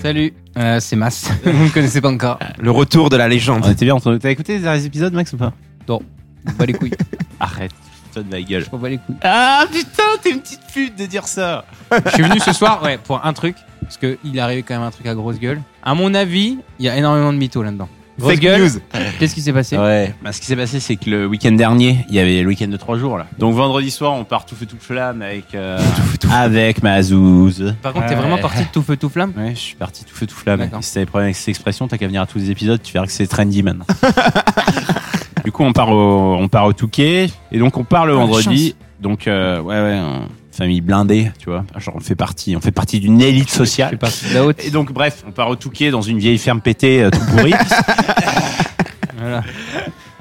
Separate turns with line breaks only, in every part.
Salut, euh, c'est Mas. Vous ne connaissez pas encore.
Le retour de la
On
légende.
était bien entre T'as écouté les derniers épisodes, Max, ou pas
Pas les couilles.
Arrête, putain de ma gueule.
Je prends pas les couilles.
Ah putain, t'es une petite pute de dire ça.
Je suis venu ce soir, ouais, pour un truc, parce que il est arrivé quand même un truc à grosse gueule. À mon avis, il y a énormément de mythos là-dedans. Grosse
Fake
gueule.
news.
Qu'est-ce qui s'est passé
Ouais. Bah, ce qui s'est passé, c'est que le week-end dernier, il y avait le week-end de trois jours là. Donc vendredi soir, on part tout feu tout flamme avec euh, avec ma zouze.
Par contre, t'es
Ouais.
vraiment parti de tout feu tout flamme.
Ouais, je suis parti tout feu tout flamme.
D'accord.
Si t'as des problèmes avec cette expression, t'as qu'à venir à tous les épisodes, tu verras que c'est trendy maintenant. du coup, on part au, on part au Touquet, et donc on part le
Ah, la
vendredi. Donc, euh, ouais, ouais, on- famille blindée, tu vois. Genre, on fait partie, on fait partie d'une élite
Je suis
sociale.
parti de la haute.
Et donc, bref, on part au Touquet dans une vieille ferme pétée, euh, tout pourrie.
Voilà.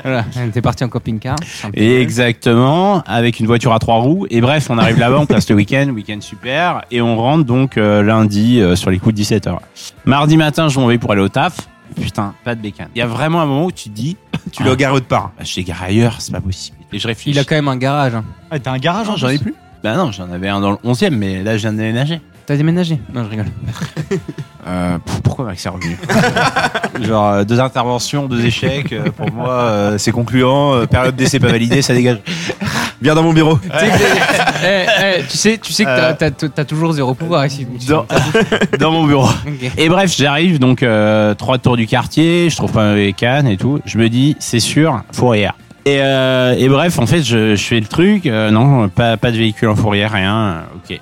Voilà. T'es parti en camping-car. C'est un peu
Et
cool.
exactement, avec une voiture à trois roues. Et bref, on arrive là-bas, on passe le week-end, week-end super, et on rentre donc euh, lundi euh, sur les coups de 17h. Mardi matin, je m'en vais pour aller au taf. Putain, pas de bécane. Il y a vraiment un moment où tu te dis,
Tu le gardes part.
bah, je dégare ailleurs, c'est pas possible. Et je réfléchis.
Il a quand même un garage. hein.
Ah, t'as un garage, hein,
j'en ai plus. Bah non, j'en avais un dans le 11 e mais là, je viens de déménager.
T'as déménagé Non, je rigole.
Euh, pff, pourquoi Max est revenu Genre, euh, deux interventions, deux échecs, euh, pour moi, euh, c'est concluant, euh, période d'essai pas validée, ça dégage.
Viens dans mon bureau.
Tu sais que- Eh, eh, tu sais, tu sais que t'as-
Euh.
t'as t'as toujours zéro pouvoir ici. donc tu-
Dans, dans mon bureau.
Ok.
Et bref, j'arrive donc euh, trois tours du quartier, je trouve pas mes cannes et tout. Je me dis, c'est sûr, fourrière. Et, euh, et bref, en fait, je, je fais le truc. euh, non, pas, pas de véhicule en fourrière, rien. euh, Ok.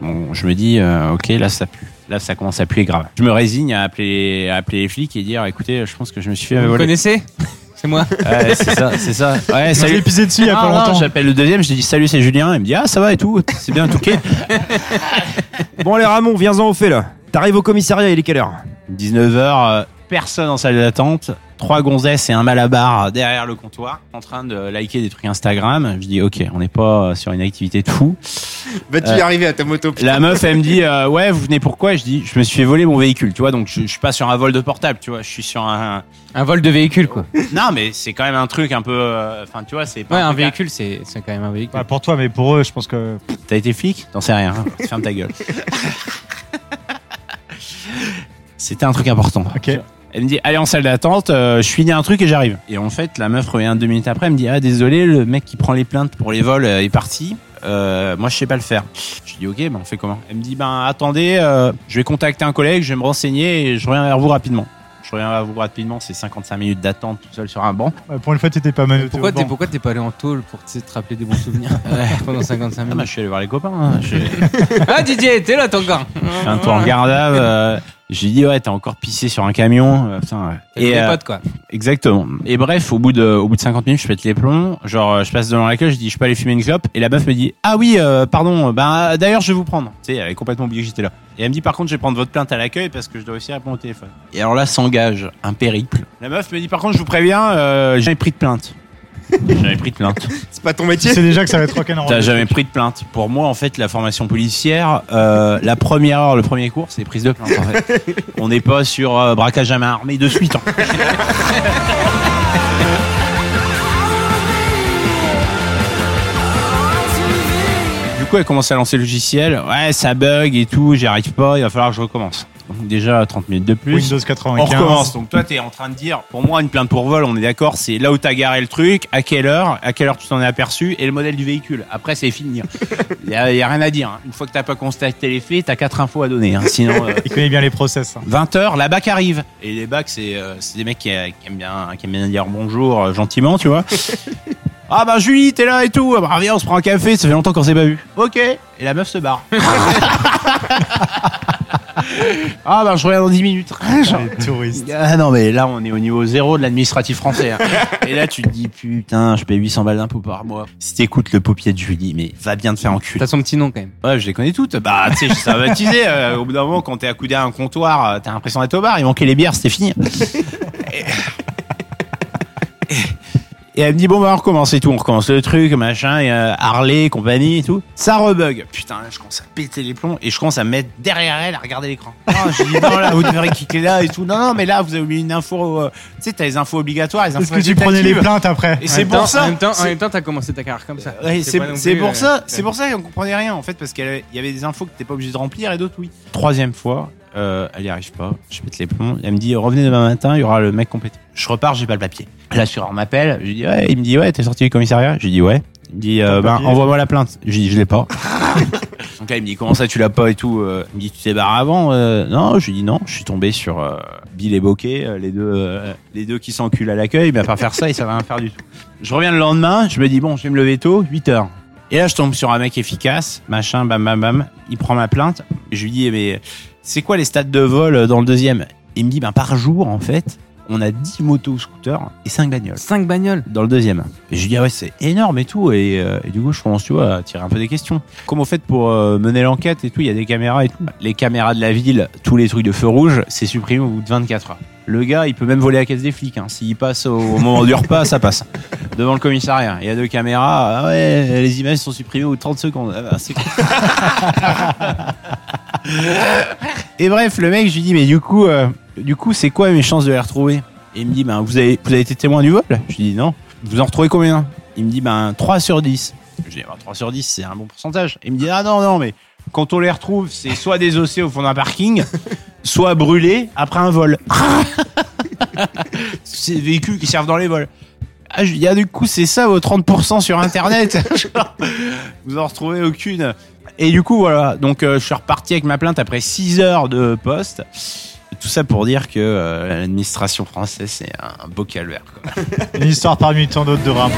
Bon, je me dis, euh, ok, là ça pue. Là, ça commence à puer grave. Je me résigne à appeler, à appeler les flics et dire, écoutez, je pense que je me suis fait
Vous me
voler.
connaissez C'est moi.
Ouais, c'est ça, c'est ça. Ouais,
Je l'ai
salut.
pisé dessus il y a
Ah,
pas
non,
longtemps.
J'appelle le deuxième, je lui dis salut, c'est Julien. Il me dit ah ça va et tout, c'est bien tout ok.
Bon, les Ramon, viens-en au fait là. T'arrives au commissariat, il est quelle heure
19h, euh, personne en salle d'attente, trois gonzesses et un malabar derrière le comptoir, en train de liker des trucs Instagram. Je dis, ok, on n'est pas euh, sur une activité de fou.
Bah, tu
Euh,
y es arrivé à ta moto. putain.
La meuf, elle me dit, euh, ouais, vous venez pourquoi Je dis, je me suis fait voler mon véhicule, tu vois, donc je, je suis pas sur un vol de portable, tu vois, je suis sur un.
Un vol de véhicule, quoi.
Non, mais c'est quand même un truc un peu. euh, Enfin, tu vois, c'est pas.
Ouais, un
truc à-
véhicule, c'est c'est quand même un véhicule.
Bah, pour toi, mais pour eux, je pense que.
T'as été flic T'en sais rien. hein. Ferme ta gueule. C'était un truc important.
Ok.
Elle me dit allez en salle d'attente, euh, je finis un truc et j'arrive. Et en fait, la meuf revient deux minutes après, elle me dit ah désolé, le mec qui prend les plaintes pour les vols euh, est parti. Euh, moi, je sais pas le faire. Je dis ok, ben on fait comment Elle me dit ben attendez, euh, je vais contacter un collègue, je vais me renseigner et je reviens vers vous rapidement. Je reviens vers vous rapidement, c'est 55 minutes d'attente tout seul sur un banc.
Ouais, euh, Pour une fois, t'étais pas mal.
Pourquoi t'es pourquoi t'es pas allé en tôle pour tu sais, te rappeler des bons souvenirs pendant 55
Ah, ben,
minutes
je suis allé voir les copains. hein. Je-
Ah Didier, t'es là ton gars
J'ai un tour
Ah.
en garde à vue, euh, J'ai dit ouais t'as encore pissé sur un camion. euh, putain, ouais.
T'as des
Et, euh,
potes quoi.
exactement. Et bref au bout de au bout de 50 minutes je pète les plombs. Genre euh, je passe devant la queue je dis je peux aller fumer une clope et la meuf me dit ah oui euh, pardon ben d'ailleurs je vais vous prendre. Tu sais elle avait complètement oublié que j'étais là. Et elle me dit par contre je vais prendre votre plainte à l'accueil parce que je dois aussi répondre au téléphone. Et alors là s'engage un périple. La meuf me dit par contre je vous préviens euh, j'ai jamais pris de plainte. J'avais pris de plainte.
C'est pas ton
Tu
métier.
sais déjà que ça va être rock'n'roll.
T'as jamais pris de plainte. Pour moi, en fait, la formation policière, euh, la première heure, le premier cours, c'est prise de plainte. En fait. On n'est pas sur euh, braquage à main armée de suite. hein. Du coup, elle commence à lancer le logiciel. Ouais, ça bug et tout, j'y arrive pas, il va falloir que je recommence. Donc, déjà 30 minutes de plus.
Windows
On
95.
recommence. Donc toi, t'es en train de dire, pour moi, une plainte pour vol, on est d'accord, c'est là où t'as garé le truc, à quelle heure, à quelle heure tu t'en es aperçu, et le modèle du véhicule. Après, c'est fini. Il y, a y a rien à dire. hein. Une fois que t'as pas constaté les faits, t'as quatre infos à donner. hein. Sinon, euh,
Il connaît bien les process. hein.
20h, la bac arrive. Et les bacs, c'est euh, c'est des mecs qui, euh, qui aiment bien, qui aiment bien dire bonjour euh, gentiment, tu vois. ah bah Julie, t'es là et tout. Ah bah viens, on se prend un café, ça fait longtemps qu'on s'est pas vu. Ok. Et la meuf se barre. ah bah je reviens dans 10 minutes. Genre,
Les touristes.
ah non, mais là, on est au niveau zéro de l'administratif français. hein. Et là, tu te dis, putain, je paye 800 balles d'impôts par mois. Si t'écoutes le paupier de Julie, mais va bien te faire enculer.
T'as son petit nom quand même.
Ouais, je les connais toutes. Bah, tu sais, je savais baptisé. euh, au bout d'un moment, quand t'es accoudé à un comptoir, euh, t'as l'impression d'être au bar. Il manquait les bières, c'était fini. Et- Et elle me dit, bon, bah, on recommence et tout. On recommence le truc, machin, et, euh, Harley, compagnie et tout. Ça rebug. Putain, là, je commence à péter les plombs et je commence à me mettre derrière elle à regarder l'écran. Oh, je dis, non, là, vous devrez cliquer là et tout. Non, non, mais là, vous avez oublié une info. euh, tu sais, t'as les infos obligatoires, les infos
Est-ce que tu prenais les
facultatives.
plaintes après
Et
Ouais.
c'est
En même
pour
temps-
ça.
En même temps, en
c'est-
même temps, t'as commencé ta carrière comme ça.
Ouais, c'est
pas non
c'est
plus,
pour
euh,
ça, c'est pour ça qu'on comprenait rien en fait parce qu'il y avait des infos que t'étais pas obligé de remplir et d'autres oui. Troisième fois, Euh, elle y arrive pas. Je pète les plombs. Elle me dit revenez demain matin, il y aura le mec compétent. Je repars, j'ai pas le papier. L'assureur m'appelle. Je lui dis ouais. Il me dit ouais, t'es sorti du commissariat. Je lui dis ouais. Il me dit euh,
le
ben
papier
envoie-moi la plainte. Je lui dis je l'ai pas. Donc là, il me dit comment ça tu l'as pas et tout. Euh, Il me dit tu t'es barré avant. Euh, non, je lui dis non. Je suis tombé sur euh, Bill et Bokeh, euh, les deux, euh, les deux qui s'enculent à l'accueil. Mais à part faire ça, ils savent rien faire du tout. Je reviens le lendemain. Je me dis bon, je vais me lever tôt, 8 heures. Et là, je tombe sur un mec efficace, machin, bam, bam, bam. Il prend ma plainte. Je lui dis, eh, mais c'est quoi les stats de vol euh, dans le deuxième Il me dit, ben, par jour, en fait, on a 10 motos, scooters et 5 bagnoles
5 bagnoles.
dans le deuxième. Et je lui dis, ah ouais, c'est énorme et tout. Et, euh, et du coup, je commence, tu vois, à tirer un peu des questions. Comment vous faites pour euh, mener l'enquête et tout Il y a des caméras et tout. Les caméras de la ville, tous les trucs de feu rouge, c'est supprimé au bout de 24 heures. Le gars, il peut même voler la caisse des flics. hein. S'il passe au, au moment du repas, ça passe. Devant le commissariat. Il y a deux caméras. Ah ouais, les images sont supprimées au bout de 30 secondes. Ah bah, c'est cool. et bref, le mec, je lui dis, mais du coup, euh, du coup, c'est quoi mes chances de les retrouver Et il me dit, ben, vous avez, vous avez été témoin du vol Je lui dis, non. Vous en retrouvez combien Il me dit ben 3 sur 10. Je dis ben, 3 sur 10, c'est un bon pourcentage. Il me dit ah non, non, mais quand on les retrouve, c'est soit désossés au fond d'un parking, soit brûlés après un vol. c'est des véhicules qui servent dans les vols. Ah, je lui dis, ah, du coup, c'est ça vos 30% sur internet. Genre, Vous en retrouvez aucune. Et du coup, voilà. Donc, euh, je suis reparti avec ma plainte après 6 heures de poste. Tout ça pour dire que euh, l'administration française, c'est un, un beau calvaire. quoi.
Une histoire parmi tant d'autres de Ramon.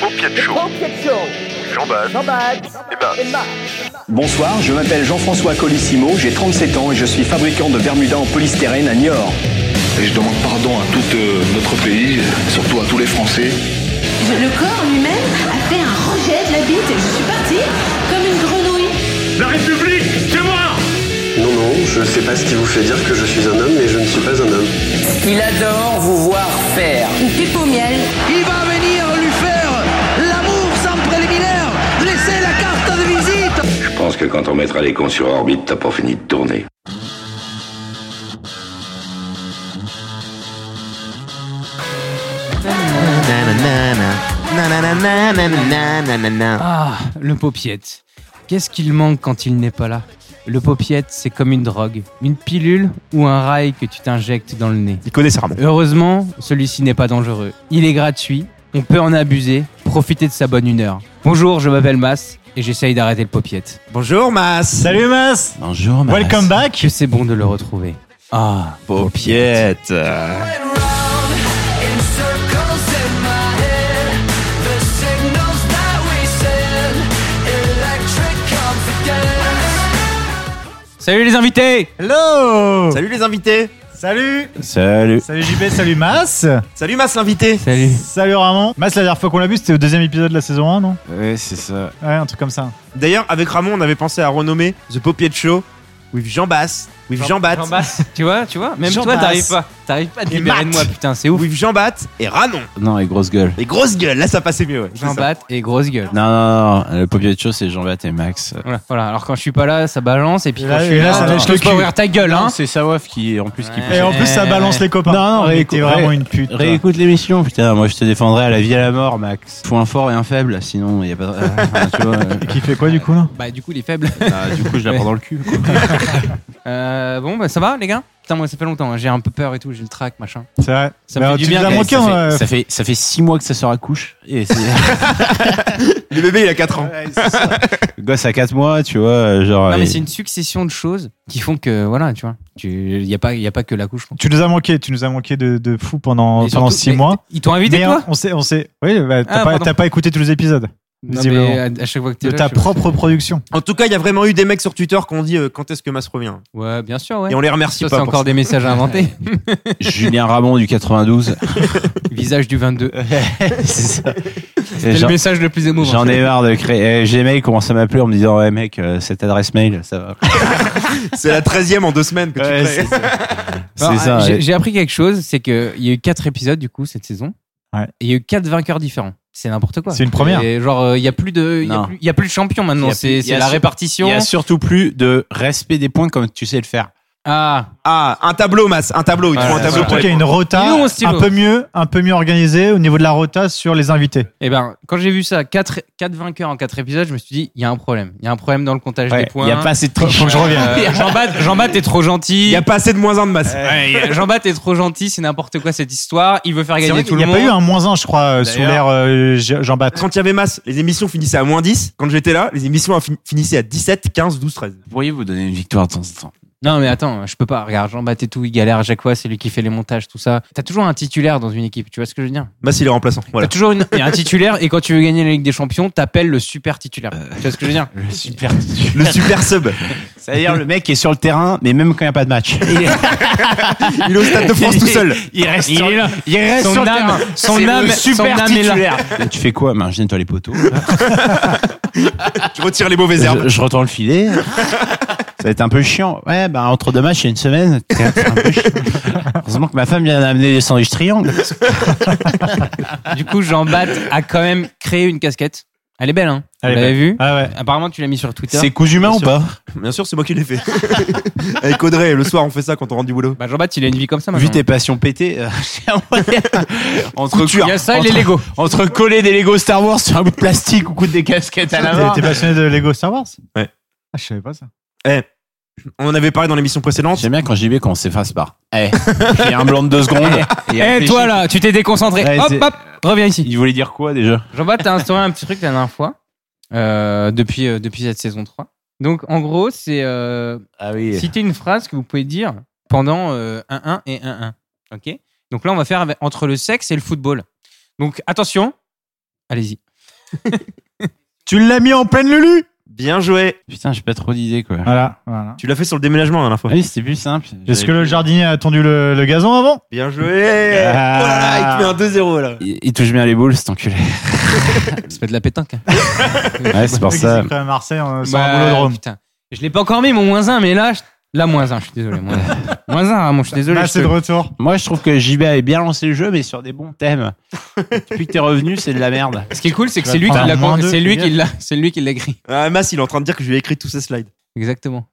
Popiat Show. Jambade. Et ben,
Bonsoir, je m'appelle Jean-François Colissimo, j'ai 37 ans et je suis fabricant de Bermuda en polystyrène à Niort.
Et je demande pardon à tout euh, notre pays, surtout à tous les Français.
Le corps lui-même a fait un rejet de la bite et je suis partie comme une grenouille.
Non, non, je ne sais pas ce qui vous fait dire que je suis un homme, mais je ne suis pas un homme.
Il adore vous voir faire.
Une pipe au miel.
Il va venir lui faire l'amour sans préliminaire. Laissez la carte de visite.
Je pense que quand on mettra les cons sur orbite, t'as pas fini de tourner.
Ah, le popiette. Qu'est-ce qu'il manque quand il n'est pas là Le popiette, c'est comme une drogue, une pilule ou un rail que tu t'injectes dans le nez.
Il connaît ça, Ramon.
Heureusement, celui-ci n'est pas dangereux. Il est gratuit, on peut en abuser, profiter de sa bonne une heure. Bonjour, je m'appelle Mas et j'essaye d'arrêter le popiette.
Bonjour, Mas.
Salut Mas
Bonjour, Maras.
Welcome back
Que c'est bon de le retrouver. Ah,
Oh, Paupiette.
Salut les invités
Hello
Salut les invités.
Salut
Salut.
Salut JB, salut Mas
Salut, Mas, l'invité.
Salut
Salut Ramon Mas, la dernière fois qu'on l'a vu, c'était au deuxième épisode de la saison 1, non
Ouais, c'est ça.
Ouais, un truc comme ça.
D'ailleurs, avec Ramon, on avait pensé à renommer The Popiette Show with Jean Bass, with Jean, Bat,
Tu vois, tu vois, même
Jean
toi
Bass.
t'arrives pas. T'arrives pas à te
Et
libérer de
Matt.
moi, putain, c'est ouf.
with Jean Bat et Ranon.
Non, et grosse gueule.
Les grosses gueules, là ça passait mieux. Ouais. c'est
Jean
ça.
Bat et grosse gueule.
Non, non, non, le popier de show, c'est Jean-Baptiste et Max.
Voilà, voilà, alors quand je suis pas là, ça balance et puis
Et
quand
là-
je suis
et là,
là,
ça
tu
lèche
peux
le
pas
cul.
ouvrir ta gueule, hein
c'est Sawaf qui, en plus, qui
Ouais.
pousse.
Et en plus, ça balance les copains.
Non, non,
mais
réécoute-
t'es vraiment une pute. toi.
Eh, Réécoute l'émission, putain, moi je te défendrai à la vie et à la mort, Max. Faut un fort et un faible, sinon il y a pas de. Ah, tu vois, euh,
Et qui fait quoi du coup là
Bah du coup, il est faible.
bah, du coup, je la prends dans le cul. quoi.
Euh, bon, bah ça va les gars Putain, moi ça fait longtemps, hein, j'ai un peu peur et tout, j'ai le trac, machin.
C'est vrai.
Ça me fait du bien,
Tu nous as
gars,
manqué,
Eh, ça, fait,
hein,
ça, fait, ça fait six mois que ça sort à couche. Et c'est-
Le bébé il a 4 ans.
le gosse à 4 mois, tu vois, euh, genre.
Non,
et-
mais c'est une succession de choses qui font que, voilà, tu vois, il n'y a, pas- y a pas que l'accouchement.
Tu nous as manqué, tu nous as manqué de, de fou pendant,
Et
pendant
surtout,
6
mais
mois.
Ils t'ont invité,
Mais
toi
on, on sait, on sait. Oui, bah, t'as
Ah,
pas,
pardon.
t'as pas écouté tous les épisodes
Non,
visiblement.
mais à, à chaque fois que t'es
de
là,
ta
je sais pas.
propre production.
En tout cas, il y a vraiment eu des mecs sur Twitter qui ont dit euh, quand est-ce que Mas revient.
Ouais, bien sûr, ouais.
Et on les remercie
Ça, c'est
pas. pour
encore
ça.
des messages à inventer.
Julien Ramon du 92.
Visage du 22.
c'est ça. Et
C'est le
genre-
message le plus émouvant.
J'en ai marre de créer. eh, Gmail commence à m'appeler en me disant Ouais, mec, euh, cette adresse mail, ça va.
C'est la 13 e en deux semaines que
Ouais,
tu crées.
c'est ça.
Alors,
C'est ça.
J'ai
ouais.
j'ai appris quelque chose, c'est qu'il y a eu 4 épisodes du coup cette saison.
Ouais.
Et Il y a eu 4 vainqueurs différents. C'est n'importe quoi.
C'est une première.
Et genre, euh, il n'y a plus de, y a
Non.
plus- y a plus de champion
Y
maintenant.
a
C'est
plus- y
c'est
a
la
sur- Il
répartition.
y a surtout plus de respect des points comme tu sais le faire.
Ah,
Ah, un tableau, Mas, un tableau. Il te
Ouais,
faut un
ouais,
tableau.
ouais.
Surtout qu'il y a une
Il est
rota
où, mon stylo
un peu mieux, un peu mieux organisée au niveau de la rota sur les invités.
et ben quand j'ai vu ça, 4 quatre, quatre vainqueurs en 4 épisodes, je me suis dit, il y a un problème. Il y a un problème dans le comptage
Ouais,
des points.
Il y a pas assez de triche.
Faut que je revienne.
Euh, Jean-Bat, Jean-Bat, t'es trop gentil.
Il n'y a pas assez de moins un de Mas.
Ouais, Jean-Bat est trop gentil, c'est n'importe quoi cette histoire. Il veut faire
C'est
gagner
vrai
tout le
qu'il n'y a
monde.
pas eu un moins un, je crois, euh, sous l'ère
D'ailleurs-
euh, Je- Jean Bat.
Quand il y avait Mas, les émissions finissaient à moins 10. Quand j'étais là, les émissions fin- finissaient à 17, 15, 12, 13.
Pourriez vous donner une victoire de temps en temps
Non, mais attends, je peux pas. Regarde, Jean-Bat et tout, il galère à chaque fois, c'est lui qui fait les montages, tout ça. T'as toujours un titulaire dans une équipe, tu vois ce que je veux dire
Mas, il est remplaçant. Voilà.
T'as toujours une- un titulaire et quand tu veux gagner la Ligue des Champions, t'appelles le super titulaire. Tu vois ce que je veux dire
Super.
Le super sub.
C'est-à-dire le mec est sur le terrain, mais même quand il n'y a pas de match.
Il est au Stade de France tout seul.
Il reste
Il
sur,
est là.
il reste
Son
Eh, sur le
âme-
terrain.
son
C'est
âme-
le super
son âme est là.
titulaire. Là, tu fais quoi Ben, Je nettoie les poteaux.
Je retire les mauvaises herbes.
je, je retourne le filet. Ça va être un peu chiant. Ouais, bah, entre deux matchs, il y a une semaine. C'est un peu chiant. Heureusement que ma femme vient d'amener les sandwichs triangles.
Du coup, Jean-Bat a quand même créé une casquette. Elle est belle, hein Vous
Elle est
l'avez vu
Ah ouais.
Apparemment, tu l'as mis sur Twitter.
cousu humain
ou
pas
Bien sûr, c'est moi qui l'ai fait. Avec Audrey, le soir, on fait ça quand on rentre du boulot.
Bah, Jean-Bat, il a une vie comme ça
Vu
maintenant.
tes passions pétées, euh, j'ai un moyen. entre,
Il y a ça et les
entre-
Lego.
entre coller des Lego Star Wars sur un bout de plastique ou coudre des casquettes à la
T'es
main.
t'es passionné de Lego Star Wars
Ouais.
Ah, je savais pas ça.
On en avait parlé dans l'émission précédente.
J'aime bien quand JB, quand on s'efface par. Eh, il y a un blanc de deux secondes.
Eh,
Et après,
toi là, tu t'es déconcentré.
Ouais,
hop,
c'est-
hop, reviens ici.
Il voulait dire quoi déjà
Jean-Baptiste t'as instauré un petit truc la dernière fois, euh, depuis, euh, depuis cette saison 3. Donc, en gros, c'est euh,
Ah oui.
citer une phrase que vous pouvez dire pendant 1-1 et 1-1. OK Donc là, on va faire avec- entre le sexe et le football. Donc, attention, allez-y.
Tu l'as mis en pleine Lulu
Bien joué.
Putain, j'ai pas trop d'idées quoi.
Voilà, voilà.
Tu l'as fait sur le déménagement la dernière fois.
Ah oui, c'était plus simple.
Est-ce
J'avais-
que le jardinier a tondu le, le gazon avant
Bien joué.
Ah.
Oh là là, il te met un 2-0 là.
il, il touche bien les boules, cet enculé.
Ça fait de la pétanque.
Ouais, c'est pour
Le mec,
ça.
il s'est pris à Marseille, euh, sans
Bah,
un boulodrome.
putain. Je l'ai pas encore mis, mon moins 1, mais là, je- là, moins 1, je suis désolé. Moins 1, Ramon, je suis désolé.
Là,
je
Bah, c'est
te-
de retour.
Moi, je trouve que JB avait bien lancé le jeu, mais sur des bons thèmes. Depuis que t'es revenu, c'est de la merde.
Ce qui est cool, c'est que
Tu
c'est
vas
lui qui
prendre
l'a
un moins deux,
c'est lui
c'est
qui l'a c'est lui qui l'a écrit.
Ah, Mas, il est en train de dire que je lui ai écrit tous ces slides.
Exactement.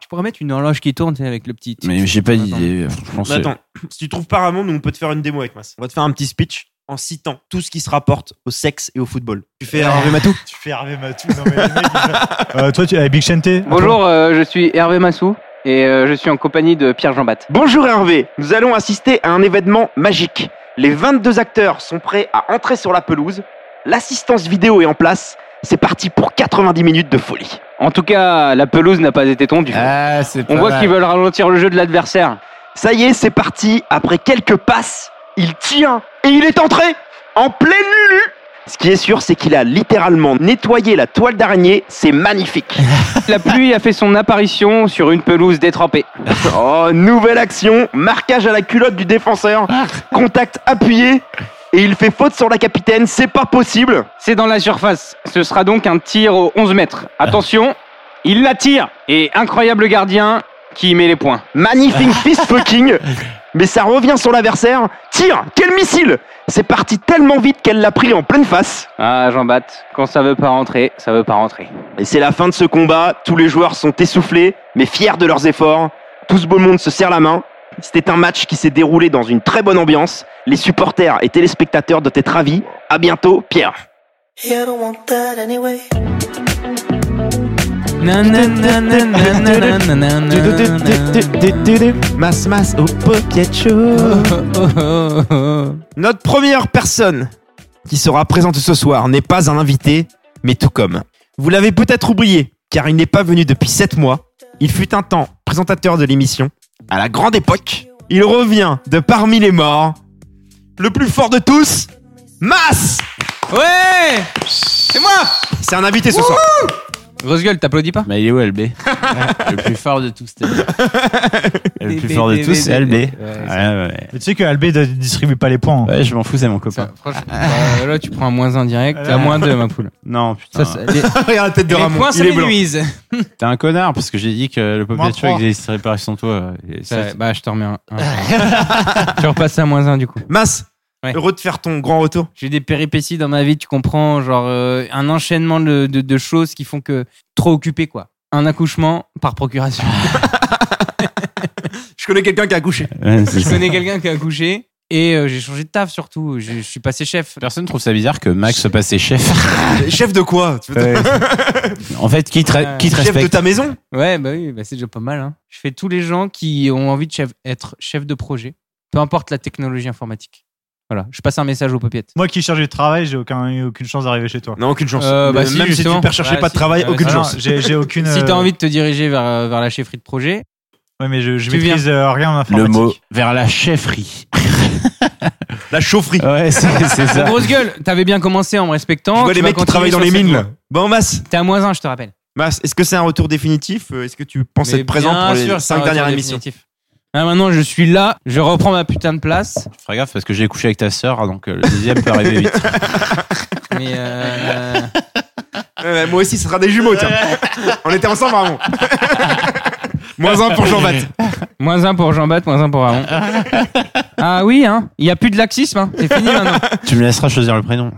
Tu pourrais mettre une horloge qui tourne tu sais, avec le petit.
Mais j'ai pas
Attends.
d'idée. Franchement,
Mais
c'est-
attends, si tu trouves pas Ramon, nous, on peut te faire une démo avec Mas. On va te faire un petit speech en citant tout ce qui se rapporte au sexe et au football. Tu fais Hervé Matou
Tu fais Hervé Matou. Non, mais le mec, il fait- Euh, toi, tu, avec Big Chente
Bonjour, euh, je suis Hervé Massou et euh, je suis en compagnie de Pierre Jeanbat.
Bonjour Hervé, nous allons assister à un événement magique. Les 22 acteurs sont prêts à entrer sur la pelouse, l'assistance vidéo est en place, c'est parti pour 90 minutes de folie.
En tout cas, la pelouse n'a pas été tondue.
Ah, c'est pas
On voit
mal.
qu'ils veulent ralentir le jeu de l'adversaire.
Ça y est, c'est parti, après quelques passes, il tient et il est entré en pleine lulu Ce qui est sûr, c'est qu'il a littéralement nettoyé la toile d'araignée, c'est magnifique.
La pluie a fait son apparition sur une pelouse détrempée.
Oh, nouvelle action, marquage à la culotte du défenseur,
Ah.
contact appuyé, et il fait faute sur la capitaine, c'est pas possible
C'est dans la surface. Ce sera donc un tir aux 11 mètres. Attention, il la tire et incroyable gardien qui met les points.
Magnifique fist fucking Mais ça revient sur l'adversaire, tire, quel missile C'est parti tellement vite qu'elle l'a pris en pleine face
Ah, Jeanbat, quand ça veut pas rentrer, ça veut pas rentrer.
Et c'est la fin de ce combat, tous les joueurs sont essoufflés, mais fiers de leurs efforts, tout ce beau monde se serre la main, c'était un match qui s'est déroulé dans une très bonne ambiance, les supporters et téléspectateurs doivent être ravis, à bientôt Pierre
Mas, Mas, au popiet Notre première personne qui sera présente ce soir n'est pas un invité, mais tout comme. Vous l'avez peut-être oublié, car il n'est pas venu depuis 7 mois. Il fut un temps présentateur de l'émission. À la grande époque, il revient de parmi les morts. Le plus fort de tous, Mas
Ouais C'est moi
C'est un invité ce soir.
Grosse gueule, t'applaudis pas
Mais il est où LB Le plus fort de tous, c'était. Le plus
DB,
fort de tous, c'est LB.
Ouais,
Ouais,
c'est-
ouais.
Mais Tu sais que Albé ne distribue pas les points. hein.
Ouais, je m'en fous, c'est mon
Ça,
copain.
franchement, euh, là tu prends un moins 1 direct,
Ouais.
t'as moins 2 ma poule. Ah.
Non,
Ça,
putain.
ça- les,
Regarde la tête de
les
Ramon,
points
il
ça
est
les
blanc.
nuise.
T'es un connard parce que j'ai dit que le
Moins
Poppet Show
trois.
existerait pas sans toi. Et ça,
Ouais, bah je t'en remets un. un. tu repasses à moins 1 du coup.
Mas,
Ouais.
Heureux de faire ton grand retour.
J'ai eu des péripéties dans ma vie, tu comprends, genre euh, un enchaînement de, de- de choses qui font que trop occupé quoi. Un accouchement par procuration.
Je connais quelqu'un qui a couché.
Je connais quelqu'un qui a accouché et euh, j'ai changé de taf surtout. Je, je suis passé chef.
Personne trouve ça bizarre que Max se passe ses chefs.
Chef de quoi Tu veux-
en fait, qui te,
Ouais.
qui te
Chef de
respecte
ta maison
Ouais, bah oui, bah c'est déjà pas mal. hein. Je fais tous les gens qui ont envie de chef, être chef de projet, peu importe la technologie informatique. Voilà, je passe un message aux popiettes.
Moi qui charge du travail, j'ai aucun, aucune chance d'arriver chez toi.
Non, aucune chance.
Euh, bah
Même
si,
si,
justement.
tu perds chercher
Ouais,
pas de
si.
travail,
Ouais,
aucune
ça
Ah non,
chance.
j'ai j'ai aucune.
Si t'as
euh,
envie de te diriger vers, vers la chefferie de projet,
Ouais, mais je, je
Tu viens.
maîtrise euh, rien en
Le
informatique.
mot vers la chefferie.
La chaufferie.
Ouais, c'est c'est ça.
grosse gueule, t'avais bien commencé en me respectant.
Tu vois
tu
les
vas
mecs qui
continuer
travaillent dans
sur
les
cette
mines
voie.
là. Bon, Mass,
T'es à moins un, je te rappelle.
Mass, est-ce que c'est un retour définitif Euh, Est-ce que tu penses
Mais
être présent
bien
pour les
sûr, c'est un
cinq
retour
dernières émissions
définitif. Ah, maintenant, je suis là, je reprends ma putain de place.
Ferai gaffe parce que j'ai couché avec ta sœur, donc euh, le deuxième peut arriver vite.
Mais euh,
Euh, Moi aussi, ce sera des jumeaux, tiens. On était ensemble avant. Moins un pour Jean-Baptiste.
moins un pour Jean-Baptiste, moins un pour Aaron. Ah oui, hein, il n'y a plus de laxisme, hein. c'est fini maintenant.
tu me laisseras choisir le prénom.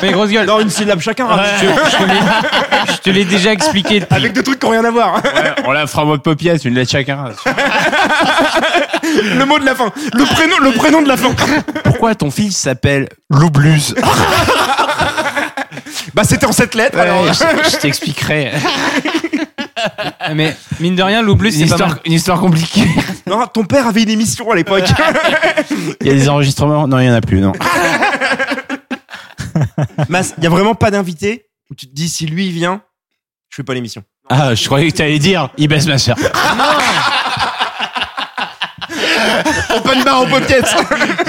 Mais grosse gueule,
Non, une syllabe chacun. hein, si tu veux.
je te l'ai déjà expliqué. depuis-
Avec deux trucs qui n'ont rien à voir.
on la fera en mode paupiette, une lettre chacun.
Le mot de la fin. Le prénom, le prénom de la fin.
Pourquoi ton fils s'appelle Loubluse
Bah, c'était en cette lettre. alors. euh,
Je, je t'expliquerai.
Mais mine de rien, l'oublus,
Une
c'est pas mal.
histoire, une histoire compliquée.
Non, ton père avait une émission à l'époque.
Il y a des enregistrements Non, il y en a plus, non.
Mas, il y a vraiment pas d'invité où tu te dis si lui il vient, je fais pas l'émission.
Ah, je croyais que t'allais dire il baisse ma sœur.
Open bar en pocket.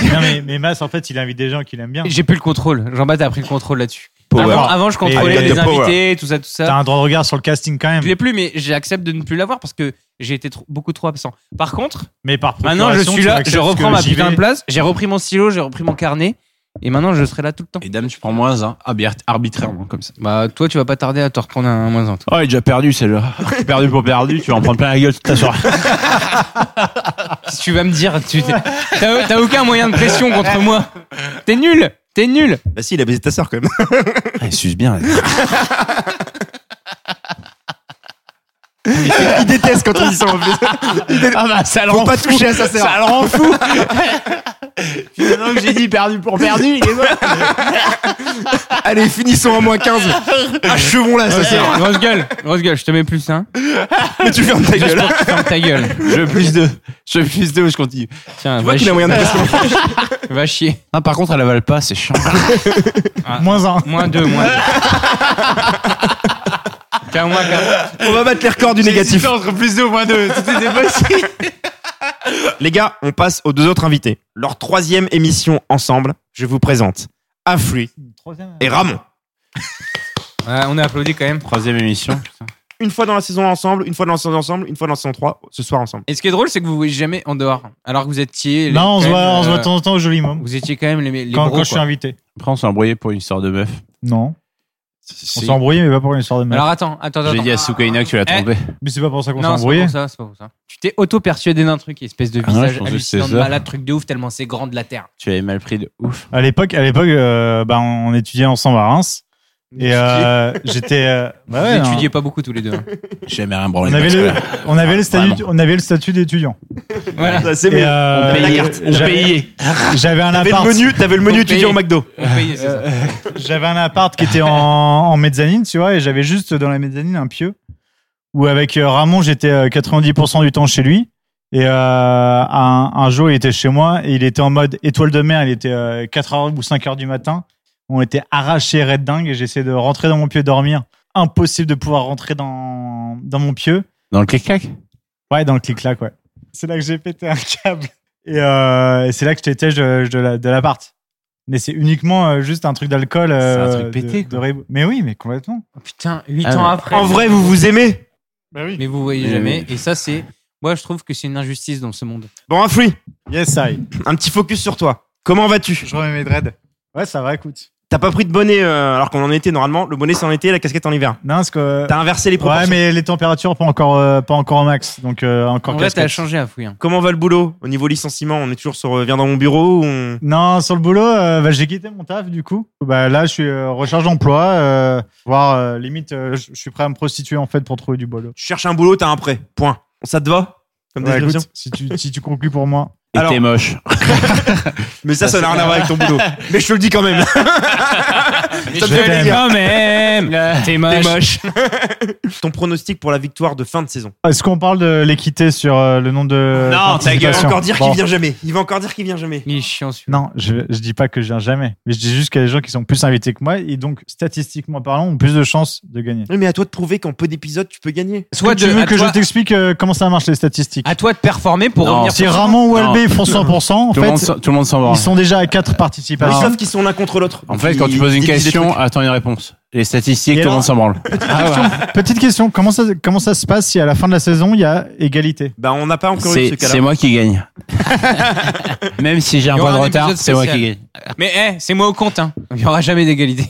Non, mais, mais Mas, en fait, il invite des gens qu'il aime bien.
J'ai plus le contrôle. Jean-Baptiste a pris le contrôle là-dessus.
Power.
Avant, avant, je contrôlais
Ah, il
les
a
le power.
invités, tout ça, tout ça.
T'as un droit de regard sur le casting quand
Je
même.
l'ai plus, mais j'accepte de ne plus l'avoir parce que j'ai été trop- beaucoup trop absent. Par contre,
Mais par
maintenant Ah je
procuration,
suis
tu
là,
acceptes
je reprends
que
ma
j'y
putain
vais.
de place, j'ai repris mon stylo, j'ai repris mon carnet, et maintenant je serai là tout le temps.
Et dame, tu prends moins un. Ah, bien, arbitrairement, comme ça.
Bah, toi, tu vas pas tarder à te reprendre un moins un. toi.
Oh, il est déjà perdu, celle-là. perdu pour perdu, tu vas en prendre plein la gueule toute ta soirée.
Si tu vas me dire, tu t'as t'as aucun moyen de pression contre moi. T'es nul, t'es nul.
Bah si, il a baisé ta sœur quand même.
Elle suce Ah, bien.
il déteste quand on dit ça en plus.
Ah bah, ça le
Faut pas toucher à sa sœur.
Ça le rend fou. Finalement que j'ai dit perdu pour perdu, il est mort.
Allez, finissons à moins 15. Achevons la sa sœur.
Grosse gueule, grosse gueule, je te mets plus hein. un.
Mais tu fermes ta gueule.
Tu fermes ta gueule.
Je veux plus deux. Je veux plus deux, je continue.
Tiens,
Tu vois
va,
qu'il a
chier,
moyen de pression.
va chier.
Ah, par contre, elle avale pas, c'est chiant.
Moins un.
Moins deux, moins deux. Tiens, moins quatre.
On va battre les records du négatif.
entre plus deux ou moins deux. Tout était possible.
Les gars, on passe aux deux autres invités. Leur troisième émission ensemble, je vous présente Afri et Ramon.
Ouais, on a applaudi quand même.
Troisième émission.
Une fois dans la saison ensemble, une fois dans la saison ensemble, une fois dans la saison 3, ce soir ensemble.
Et ce qui est drôle, c'est que vous vous voyez jamais en dehors. Alors que vous étiez. les-
Non, on se
quand
voit,
même,
on se voit
euh,
de temps en temps au joli moment.
Vous étiez quand même les, les
Quand,
gros,
quand je suis
quoi.
invité.
Après, on s'est embrouillé pour une histoire de meuf.
Non. On
Si.
s'est embrouillé, mais pas pour une histoire de meuf.
Alors attends, attends, attends.
J'ai dit à Soukaina que tu l'as
Eh.
trompé.
Mais c'est pas pour ça qu'on s'est
Non, c'est pas
embrouillé.
pour ça, c'est pas pour ça. Tu t'es auto-persuadé d'un truc, espèce de
Ah ouais,
visage
je pensais que c'était
hallucinant de
ça.
malade, truc de ouf, tellement c'est grand de la Terre.
Tu avais mal pris de ouf.
À l'époque, à l'époque, euh, bah, on étudiait ensemble à Reims. Et euh, j'étais. euh, bah ouais,
vous
non.
étudiez pas beaucoup tous les deux. hein.
Jamais rien branlé.
On avait, le, on, avait le statut,
Vraiment.
on avait le statut d'étudiant.
voilà.
Ça, c'est
Et,
mieux.
euh,
paye la
j'avais-
carte.
J'avais j'avais un
T'avais
appart.
le menu, t'avais le menu
Faut
étudiant au
payer.
McDo.
On payait, c'est ça.
Euh, J'avais un appart qui était en, en mezzanine, tu vois, et j'avais juste dans la mezzanine un pieu où avec euh, Ramon, j'étais euh, 90% du temps chez lui. Et euh, un, un jour, il était chez moi et il était en mode étoile de mer. Il était 4h ou 5h du matin. On était arrachés, red dingue, et j'essayais de rentrer dans mon pieu dormir. Impossible de pouvoir rentrer dans, dans mon pieu.
Dans le clic-clac
Ouais, dans le clic-clac, ouais. C'est là que j'ai pété un câble. Et, euh, et c'est là que je t'étais de, de la- de l'appart. Mais c'est uniquement euh, juste un truc d'alcool. euh,
C'est un truc pété,
de- de ré- Mais oui, mais complètement.
Oh, Putain, 8
Ah,
ans
mais-
après.
En vrai, vous vous aimez
Mais vous voyez
Mais
jamais. Et ça, c'est. Moi, je trouve que c'est une injustice dans ce monde.
Bon, Afri,
Yes, I.
un petit focus sur toi. Comment vas-tu
Je remets mes dreads. Ouais, ça va, écoute.
T'as pas pris de bonnet euh, alors qu'on en était normalement. Le bonnet c'est en été, la casquette en hiver.
Non, parce que.
T'as inversé les proportions.
Ouais, mais les températures pas encore, euh, pas encore au max. Donc, euh, encore
En vrai, t'as
casquette.
changé à hein. fouiller.
Comment va le boulot Au niveau licenciement, on est toujours sur euh, viens dans mon bureau ou on...
Non, sur le boulot, euh, bah, j'ai quitté mon taf du coup. Bah, là, je suis euh, recherche d'emploi, euh, voire euh, limite, euh, je je suis prêt à me prostituer en fait pour trouver du boulot.
Tu cherches un boulot, t'as un prêt. Point. Ça te va Comme
Ouais,
description
écoute, si, tu, si tu conclus pour moi.
Et
Alors-
t'es moche.
Mais ça, ça n'a rien à voir avec ton boulot. Mais je te le dis quand même.
Ça me fait plaisir.
Quand même T'es
T'es
moche.
moche. ton pronostic pour la victoire de fin de saison
Ah, Est-ce qu'on parle de l'équité sur euh, le nombre de.
Non, ta gueule,
Il va
participations
encore dire
Bon.
qu'il vient jamais. Il va encore dire qu'il vient jamais.
Il est chiant celui-là.
Non, je, je dis pas que je viens jamais. Mais je dis juste qu'il y a des gens qui sont plus invités que moi et donc, statistiquement parlant, ont plus de chances de gagner.
Oui, mais à toi de prouver qu'en peu d'épisodes, tu peux gagner.
Est-ce que
Soit
tu
de-
veux
à
que
toi- Ah,
je t'explique euh, comment ça marche les statistiques
À toi de performer pour
Non,
revenir
Si
sur
Ramon ou
Non.
Albé font 100%, en
Tout le monde
fait,
s'en- tout le monde s'en va.
ils sont déjà à 4
Mais
participations.
sauf qu'ils sont l'un contre l'autre.
Bah, En fait, quand tu poses une question, attends une réponse. Les statistiques,
Et
tout le
alors-
monde s'en branle.
Petite question, comment ça, comment ça se passe si à la fin de la saison, il y a égalité
Bah, on n'a pas encore eu ce
C'est c'est
cas-là.
moi qui gagne. Même si j'ai un
Il y
point de
aura un
retard,
épisode
c'est moi qui
spécial.
gagne.
Mais eh, c'est moi au compte, hein. Il n'y aura jamais d'égalité.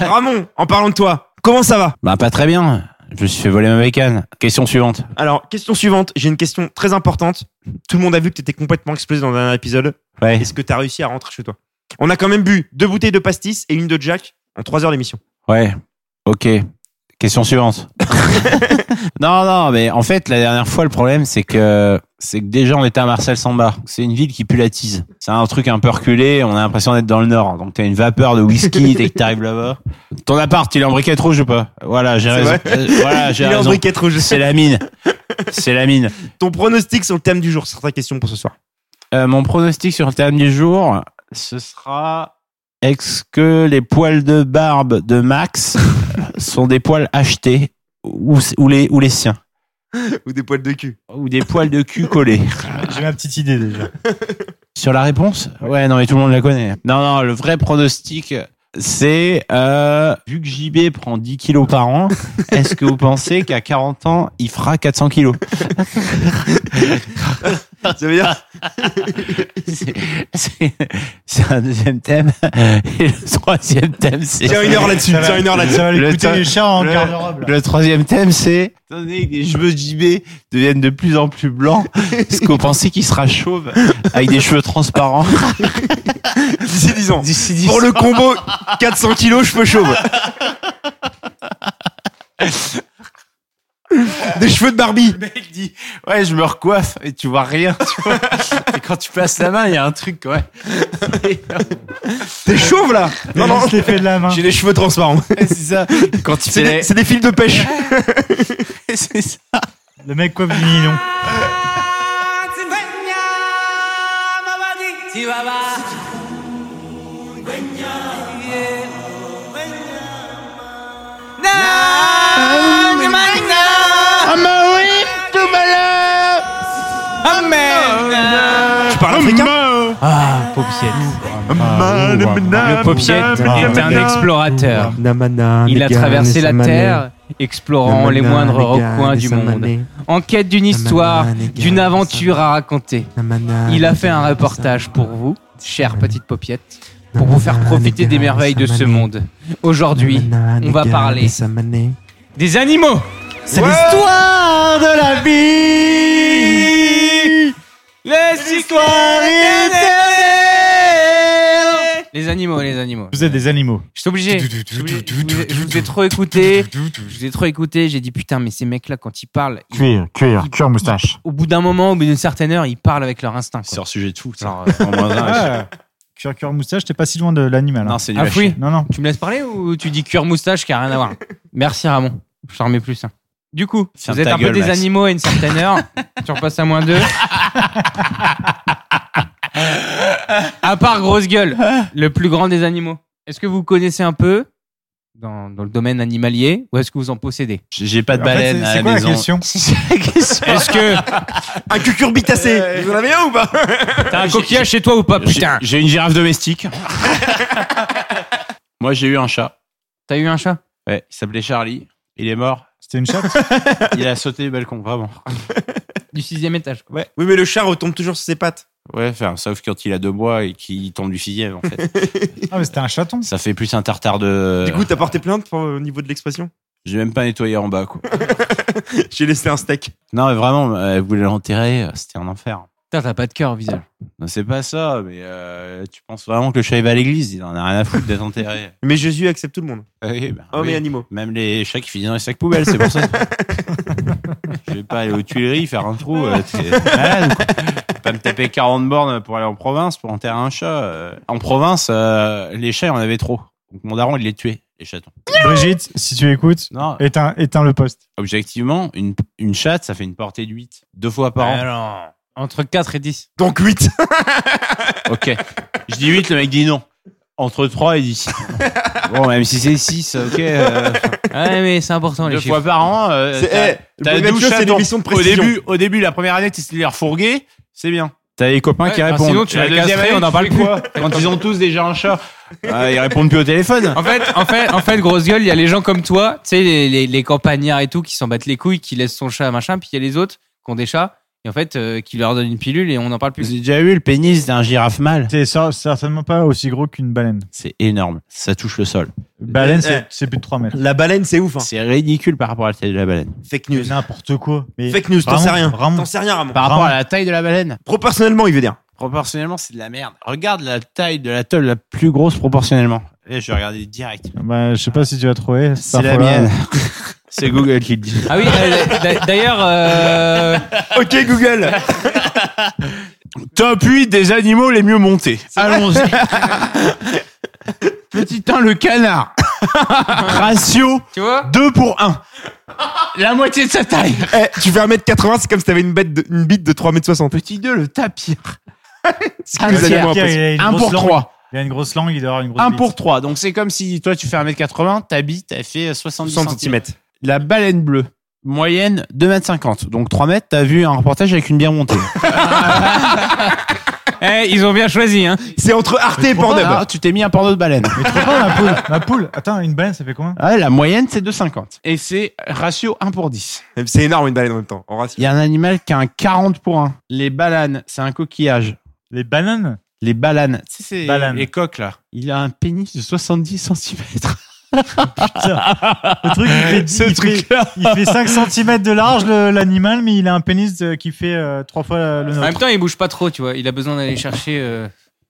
Ramon, en parlant de toi, comment ça va
Bah, pas très bien. Je me suis fait voler ma bécane. Question suivante.
Alors, question suivante. J'ai une question très importante. Tout le monde a vu que t'étais complètement explosé dans le dernier épisode.
Ouais.
Est-ce que t'as réussi à rentrer chez toi On a quand même bu deux bouteilles de pastis et une de Jack en trois heures d'émission.
Ouais. Ok. Question suivante. non, non, mais en fait, la dernière fois, le problème, c'est que, c'est que déjà, on était à Marcel Samba. C'est une ville qui pue la tise. C'est un truc un peu reculé. On a l'impression d'être dans le nord. Donc, t'as une vapeur de whisky dès que t'arrives là-bas. Ton appart, il est en briquette rouge ou pas? Voilà, j'ai
C'est
raison.
vrai.
Euh, Voilà, j'ai
Il est en
raison.
briquette rouge.
C'est la mine. C'est la mine.
Ton pronostic sur le thème du jour, sur ta question pour ce soir.
Euh, mon pronostic sur le thème du jour, ce sera est-ce que les poils de barbe de Max sont des poils achetés ou, ou, les, ou les siens
Ou des poils de cul.
Ou des poils de cul collés
J'ai ma petite idée déjà.
Sur la réponse Ouais, non, mais tout le monde la connaît. Non, non, le vrai pronostic, c'est euh, vu que JB prend 10 kilos par an, est-ce que vous pensez qu'à 40 ans, il fera 400 kilos
Ça veut dire
C'est- C'est c'est un deuxième thème. Et le troisième thème, c'est.
Tiens une heure là-dessus.
Ça va-
Tiens une heure là-dessus.
Ça va lui
Le
coûter
temps-
cher en
le-
garde-robe. là.
Le troisième thème, c'est étant donné que les cheveux de JB deviennent de plus en plus blancs, est-ce que vous pensez qu'il sera chauve avec des cheveux transparents
D'ici 10 ans.
d'ici 10
Pour le
ans
combo 400 kilos cheveux chauves. Des cheveux de Barbie.
Le mec dit ouais je me recoiffe et tu vois rien. tu vois. et quand tu passes la main, il y a un truc quand même.
T'es chauve là Non, non,
Juste l'effet de la main.
j'ai des cheveux transparents.
Ah. Ouais, c'est ça. Quand tu
C'est
fais
des, c'est des fils de pêche.
les- c'est ça.
Le mec coiffe du million.
Tu parles africain
Ah, Popiette.
Ah,
Ah,
Oh,
Le Popiette est un explorateur. Il a traversé la Terre, explorant les moindres recoins du monde. En quête d'une histoire, d'une aventure à raconter. Il a fait un reportage pour vous, chère petite Popiette, pour vous faire profiter des merveilles de ce monde. Aujourd'hui, on va parler des animaux. C'est l'histoire de la vie. Les histoires éternelles. Les animaux, les animaux.
Vous êtes des animaux.
Je suis obligé. Je suis obligé. Je vous ai- je vous ai trop écouté. Je vous ai trop écouté. J'ai dit putain, mais ces mecs-là, quand ils parlent, ils-
Cuir, cuir, cuir, moustache.
au bout d'un moment, au bout d'une certaine heure, ils parlent avec leur instinct. quoi.
un sujet de fou. ça.
Genre, euh,
En moins un.
Ah, Cuir, cuir, moustache, t'es pas si loin de l'animal. hein.
Non, c'est du
Ah
haché.
oui,
Non, non.
tu me laisses parler ou tu dis cuir moustache qui a rien à voir Merci Ramon, je t'en remets plus. hein. Du coup,
Ferme
vous êtes
ta
un
gueule,
peu des
Max.
animaux à une certaine heure, tu repasses à moins deux. à part grosse gueule, le plus grand des animaux. Est-ce que vous connaissez un peu dans, dans le domaine animalier ou est-ce que vous en possédez
J'ai j'ai pas de
En fait,
baleine
c'est-
à
c'est
la
quoi la
maison.
question
Est-ce que
Un cucurbitacé. Euh, Vous en avez un ou pas
t'as un coquillage chez toi ou pas
J'ai-
Oh, Putain,
J'ai une girafe domestique. Moi, j'ai eu un chat.
t'as eu un chat
Ouais, il s'appelait Charlie. Il est mort.
C'était une chatte
Il a sauté du balcon, vraiment.
du sixième étage
Oui, mais le chat retombe toujours sur ses pattes.
Ouais, enfin, sauf quand il a deux bois et qu'il tombe du sixième, en fait.
ah, mais c'était un chaton.
Ça fait plus un tartare de.
Du coup, t'as porté plainte pour- au niveau de l'expression
J'ai même pas nettoyé en bas, quoi.
J'ai laissé un steak.
Non, mais vraiment, elle voulait l'enterrer, euh, c'était un enfer.
Putain, t'as pas de cœur au visage.
Non, c'est pas ça, mais euh, tu penses vraiment que le chat il va à l'église, il en a rien à foutre d'être enterré.
Mais Jésus accepte tout le monde.
Ah oui, bah
Hommes
oui.
et animaux.
Même les chats qui finissent dans les sacs poubelles, c'est pour ça. Je vais pas aller aux Tuileries faire un trou. euh, t'es malade, quoi. Je vais pas me taper 40 bornes pour aller en province pour enterrer un chat. euh. En province, euh, les chats, il y en avait trop. Donc mon daron, il les tuait, les chatons.
Brigitte, si tu écoutes,
Non,
éteins, éteins le poste.
objectivement, une, une chatte, ça fait une portée de 8. Deux fois par an.
Alors, entre 4 et 10.
Donc 8
Ok. Je dis 8, le mec dit non. Entre 3 et 10. Bon, même si c'est 6, ok. euh,
Ouais, mais c'est important, les
deux
chiffres.
fois par an. euh,
C'est-
t'as-
eh,
t'as
Mathieu,
douze
c'est
chatons.
l'émission de
au
précision.
début, au début, la première année, tu les refourgués, c'est bien. T'as les copains
Ouais,
qui
enfin,
répondent.
sinon, tu
la
la
deuxième
casserais,
année,
on en
tu
parle
fais quoi Quand ils ont tous déjà un chat, euh, ils répondent plus au téléphone.
En fait, en fait, en fait, grosse gueule, il y a les gens comme toi, tu sais, les, les, les campagnards et tout, qui s'en battent les couilles, qui laissent son chat, machin, puis il y a les autres qui ont des chats, et en fait, euh, qui leur donnent une pilule et on n'en parle plus.
J'ai déjà eu le pénis d'un girafe mâle.
C'est cer- certainement pas aussi gros qu'une baleine.
C'est énorme. Ça touche le sol.
Baleine,
Eh,
c'est c'est plus de 3 mètres.
La baleine, c'est ouf. hein.
C'est ridicule par rapport à la taille de la baleine.
Fake news.
C'est N'importe quoi. Mais
Fake news, t'en
Ramon,
sais rien.
Ramon.
T'en sais rien, Ramon.
Par rapport
Vraiment.
à la taille de la baleine,
Proportionnellement, il veut dire.
proportionnellement, c'est de la merde. Regarde la taille de la tôle la plus grosse proportionnellement. Et je vais regarder direct.
Bah, je sais pas si tu vas trouver.
C'est
cette
la
info-là.
mienne. c'est Google qui le dit.
Ah oui, euh, d'a- d'ailleurs, euh,
Ok, Google
Top 8 des animaux les mieux montés. Allons-y. Petit 1, le canard. Ratio
tu vois,
2 pour 1. La moitié de sa taille.
Eh, tu fais 1m80, c'est comme si t'avais une, bête de- une bite de 3m60.
Petit 2, le tapir.
que les
Pierre,
animaux
Pierre, il a une
1
grosse
pour
langue.
3.
Il a une grosse langue, il doit avoir une grosse
1
bite.
pour 3. Donc c'est comme si toi tu fais 1m80, ta bite elle fait 70
100
cm.
cm.
La baleine bleue. Moyenne 2m50. Donc 3 mètres, t'as vu un reportage avec une bien montée.
eh, ils ont bien choisi, hein.
C'est entre Arte et Pornhub.
Ah, tu t'es mis un porno de baleine.
Mais trop pas ma poule. Ma poule. Attends, une baleine, ça fait combien
Ouais, Ah, la moyenne c'est 2,50. Et c'est ratio 1 pour 10.
C'est énorme une baleine en même temps. En ratio.
Il y a un animal qui a un 40 pour 1. Les balanes, c'est un coquillage.
Les bananes
Les balanes, tu sais, c'est
Balanes.
les coques là. Il a un pénis de 70 cm.
Le truc, il fait, il fait- il fait 5 cm de large, le- l'animal, mais il a un pénis euh, qui fait 3 fois euh, le
En même
nôtre.
temps, il bouge pas trop, tu vois, il a besoin d'aller chercher euh,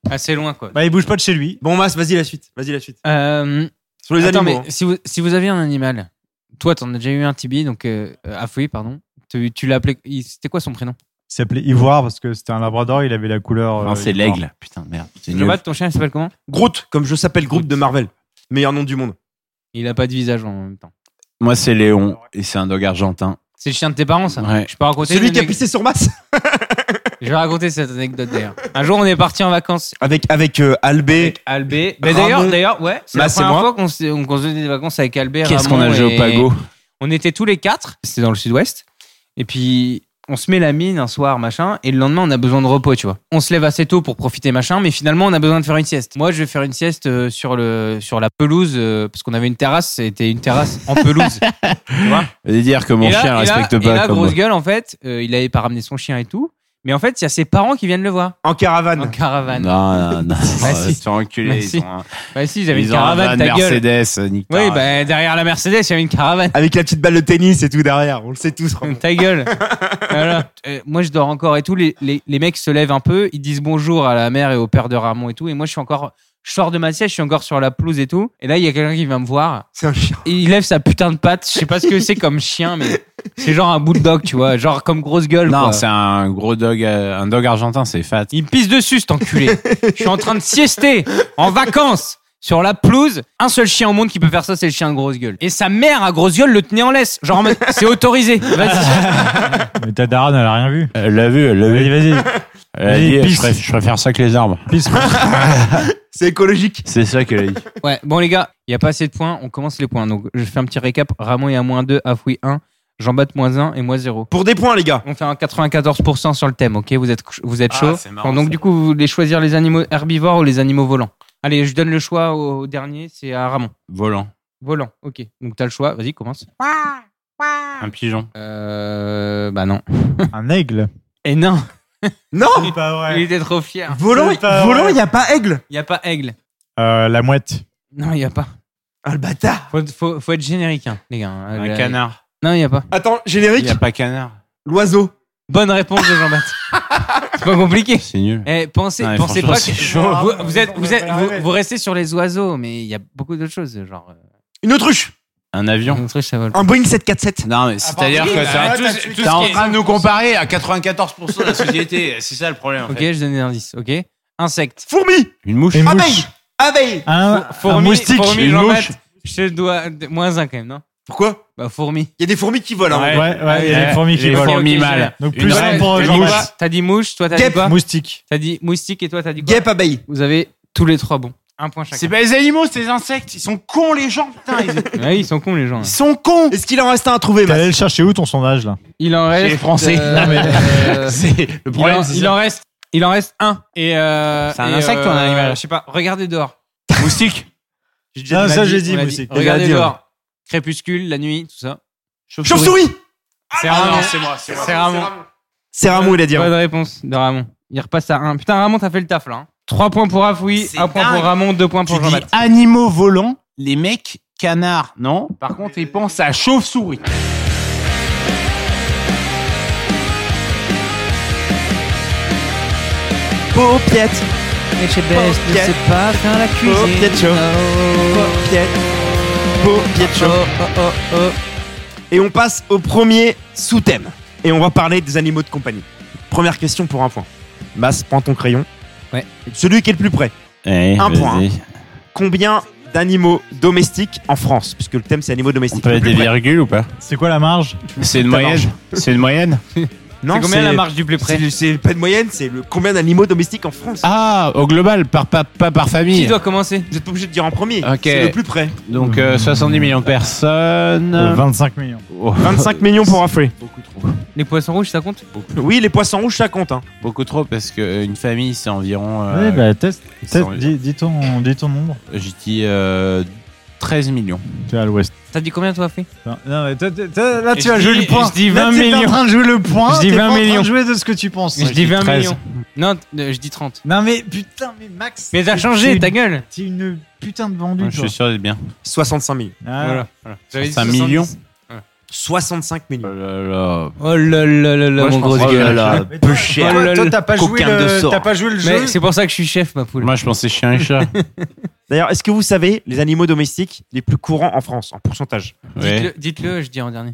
assez loin, quoi.
Bah, il bouge pas de chez lui.
Bon, Mas, vas-y la suite. Vas-y la suite.
Euh,
Sur les
Attends,
animaux. hein.
mais si vous, si vous aviez un animal, toi, t'en as déjà eu un Tibi, donc euh, euh, Afoui, pardon. Tu, tu l'as appelé. il- C'était quoi son prénom
Il s'appelait Ivoire parce que c'était un labrador, il avait la couleur. euh,
Non, Oh, c'est
ivoire.
l'aigle. Putain, merde. C'est
Le bas de ton chien, il s'appelle comment
hein. Groot, comme je s'appelle Groot de Marvel. Meilleur nom du monde.
Il a pas de visage en même temps.
Moi, c'est Léon et c'est un dog argentin.
C'est le chien de tes parents, ça
Ouais.
Je peux raconter.
Celui
une
qui a
anecdote
pissé sur Mas
Je vais raconter cette anecdote d'ailleurs. Un jour, on est parti en vacances
Avec, avec euh, Albé.
avec Albé. Mais
Ramon.
d'ailleurs, d'ailleurs, ouais, c'est
Bah,
la
c'est
première
moi.
fois qu'on s'est- qu'on faisait des vacances avec Albé.
Qu'est-ce
Ramon
qu'on a joué
et-
au pago
On était tous les quatre, c'était dans le sud-ouest. Et puis, on se met la mine un soir, machin, et le lendemain, on a besoin de repos, tu vois. On se lève assez tôt pour profiter, machin, mais finalement, on a besoin de faire une sieste. Moi, je vais faire une sieste euh, sur, le, sur la pelouse, euh, parce qu'on avait une terrasse, c'était une terrasse en pelouse.
Vous allez dire que mon
Et là-
chien
et là-
respecte
et
pas
là,
comme
grosse gueule, en fait, euh, il avait pas ramené son chien et tout. Mais en fait, il y a ses parents qui viennent le voir
En caravane.
en caravane.
Non, non, non.
Vas-y.
Ils sont enculés.
Vas-y.
Ils ont, un-
Bah Ah, si, ils avaient
ils
une
ont un van
caravane, ta gueule.
Mercedes. Nick
Oui, bah derrière la Mercedes, il y avait une caravane.
Avec la petite balle de tennis et tout derrière. On le sait tous. Ramon.
Ta gueule. Voilà. Euh, moi, je dors encore et tout. Les, les, les mecs se lèvent un peu. Ils disent bonjour à la mère et au père de Ramon et tout. Et moi, je suis encore. Je sors de ma sieste, je suis encore sur la pelouse et tout. Et là, il y a quelqu'un qui vient me voir.
C'est un chien.
Et il lève sa putain de patte. Je sais pas ce que c'est comme chien, mais c'est genre un bulldog, tu vois. Genre comme grosse gueule.
Non,
quoi.
c'est un gros dog, euh, un dog argentin, c'est fat.
Il me pisse dessus, cet enculé. Je suis en train de siester en vacances sur la pelouse. Un seul chien au monde qui peut faire ça, c'est le chien de grosse gueule. Et sa mère à grosse gueule le tenait en laisse. Genre, en mode, c'est autorisé. Vas-y.
Mais ta daronne, elle a rien vu.
Elle l'a Euh, vu, elle l'a
Vas-y,
vu.
vas-y.
Elle a
Vas-y,
dit, je
pisse.
préfère- je préfère ça que les armes.
Pisse.
C'est écologique.
C'est ça qu'elle a dit.
Ouais, bon les gars, il n'y a pas assez de points, on commence les points. Donc je fais un petit récap, Ramon est à moins 2, Afoui 1, Jean-Bapt moins 1 et moi 0.
Pour des points, les gars.
On fait un 94% sur le thème, ok Vous êtes, vous êtes
Ah,
chaud
c'est marrant,
Donc
ça.
du coup, vous voulez choisir les animaux herbivores ou les animaux volants Allez, je donne le choix au dernier, c'est à Ramon.
Volant.
Volant, ok. Donc t'as le choix, vas-y, commence.
Un pigeon.
Euh... Bah non.
Un aigle.
Et non
Non
C'est pas vrai.
Il était trop fier.
Ah, Volant,
C'est pas
volant,
vrai.
il n'y a pas aigle.
Il n'y a pas aigle.
Euh, la mouette.
Non, il n'y a pas.
Ah, le bâtard.
Faut, faut, faut être générique, hein, les gars. Euh,
Un
le-
canard.
Non, il n'y a pas.
Attends,
Il
générique.
n'y a pas canard.
L'oiseau.
Bonne réponse de Jean-Baptiste. c'est pas compliqué.
C'est nul.
Eh, pensez,
Non, mais
pensez
franchement,
pas que.
c'est chaud.
Vous, vous êtes, vous, êtes,
Ah ouais.
vous, vous restez sur les oiseaux, mais il y a beaucoup d'autres choses. Genre, euh,
Une autruche.
Un avion.
un truc, ça vole.
Un Boeing 747.
Non, mais c'est-à-dire que
bah, Ah,
t'as- t'es en train de nous comparer à 94% de la société. C'est ça le problème. En
Ok,
fait.
je donne des indices. Ok. Insecte.
Fourmi.
Une mouche.
Une
Abeille.
mouche.
Abeille.
Un, un
Fourmi,
moustique.
fourmi,
une
Jean-Baptiste,
mouche.
Je te dois de- moins un quand même, non
Pourquoi
Bah, fourmi.
Il y a des fourmis qui volent. hein.
Ouais, ouais, il y a des fourmis qui
Euh, Les
volent.
fourmis
Ok,
mâles.
Donc
Une
plus un
reine,
pour
t'as, dit
Jean-Baptiste.
Ah.
quoi T'as dit mouche, toi t'as dit
Guêpe.
quoi
Moustique.
T'as dit moustique et toi t'as dit quoi
Guêpe, abeille.
Vous avez tous les trois bons. Un point chacun.
C'est pas les animaux, c'est les insectes. Ils sont cons, les gens, putain. Ils,
Ouais, ils sont cons les gens. hein.
ils sont cons.
Est-ce qu'il en reste un à trouver,
T'es allé
Mas
le chercher où ton sondage là
Il en reste.
les Français.
euh,
Non,
euh,
C'est le
il, en,
problème. c'est
il
ça.
en reste. Il en reste un. Et euh,
C'est un
et,
insecte ou un animal
Je sais pas. Regardez dehors.
Moustique.
On
Non,
l'a
ça
dit,
j'ai
on
dit
l'a
moustique.
Regardez
J'ai à dire.
dehors. Crépuscule, la nuit, tout ça.
Chauve-souris.
C'est
Ah
Ramon.
non, c'est moi, c'est moi.
C'est Ramon.
C'est Ramon, il a dit. hein.
Bonne réponse de Ramon. Il repasse à 1. Putain, Ramon, t'as fait le taf là. 3 points pour Afoui,
C'est
1 point
dingue.
pour Ramon, 2 points
Tu
pour
dis
Jean-Baptiste.
animaux volants, les mecs canards, non Par contre, ils pensent à chauve-souris.
Paupiette.
Et chez
Bess, ne sait
pas faire la cuisine.
Paupiette.
Oh,
Oh.
Paupiette. Paupiette.
oh,
Et on passe au premier sous-thème. Et on va parler des animaux de compagnie. Première question pour un point. Mas, prends ton crayon.
Ouais.
Celui qui est le plus près.
Eh,
Un vas-y. point.
hein.
Combien d'animaux domestiques en France Puisque le thème c'est animaux
On
domestiques.
peut
le
mettre
plus
des
près.
virgules ou pas
C'est quoi la marge
C'est une
Ta marge.
moyenne. C'est une moyenne.
Non,
C'est combien la marge du plus
c'est
près
le- C'est pas de moyenne, c'est le combien d'animaux domestiques en France.
Ah, au global, par, pas, pas par
Qui
famille.
doit commencer
Vous êtes pas obligé de dire en premier.
Ok.
C'est le plus près.
Donc euh, 70 millions de personnes.
Euh, 25 millions.
Oh.
25 millions pour Afri.
Beaucoup trop.
Les poissons rouges, ça compte
Oui, les poissons rouges ça compte. hein.
Beaucoup trop parce qu'une famille, c'est environ.
Ouais,
euh,
bah teste.
cent-
teste, dis, dis ton, dis ton nombre.
J'ai dit euh, 13 millions.
Tu es à l'ouest.
T'as dit combien toi, fait
Non, non, mais toi, t'es- t'es- là,
Et
tu
je
as joué
dis-
le point.
je dis
Là,
20
t'es en
millions.
train de jouer le point.
Je dis
t'es
20
pas en train
millions.
de jouer de ce que tu penses.
Je dis 20
13.
millions. Non, t- euh, je dis 30.
Non, mais putain, mais Max.
Mais t'as
t'es-
changé,
t'es
ta
une-
gueule
T'es une putain de vendue. Ah,
Ouais, je suis sûr d'être bien.
65 millions.
Voilà. J'avais dit
5
70.
Ah. millions
65
Oh
millions.
là là.
Oh là là là là,
Moi, je
mon gros
pense- oh là
gueule.
là.
peu
cher.
Toi, t'as pas, joué
Coquin de
le-
sort.
t'as pas joué le jeu.
Mais c'est pour ça que je suis chef, ma poule.
Moi, je pensais chien et chat.
D'ailleurs, est-ce que vous savez les animaux domestiques les plus courants en France en pourcentage
Ouais.
Dites-le, dites-le, je dis en dernier.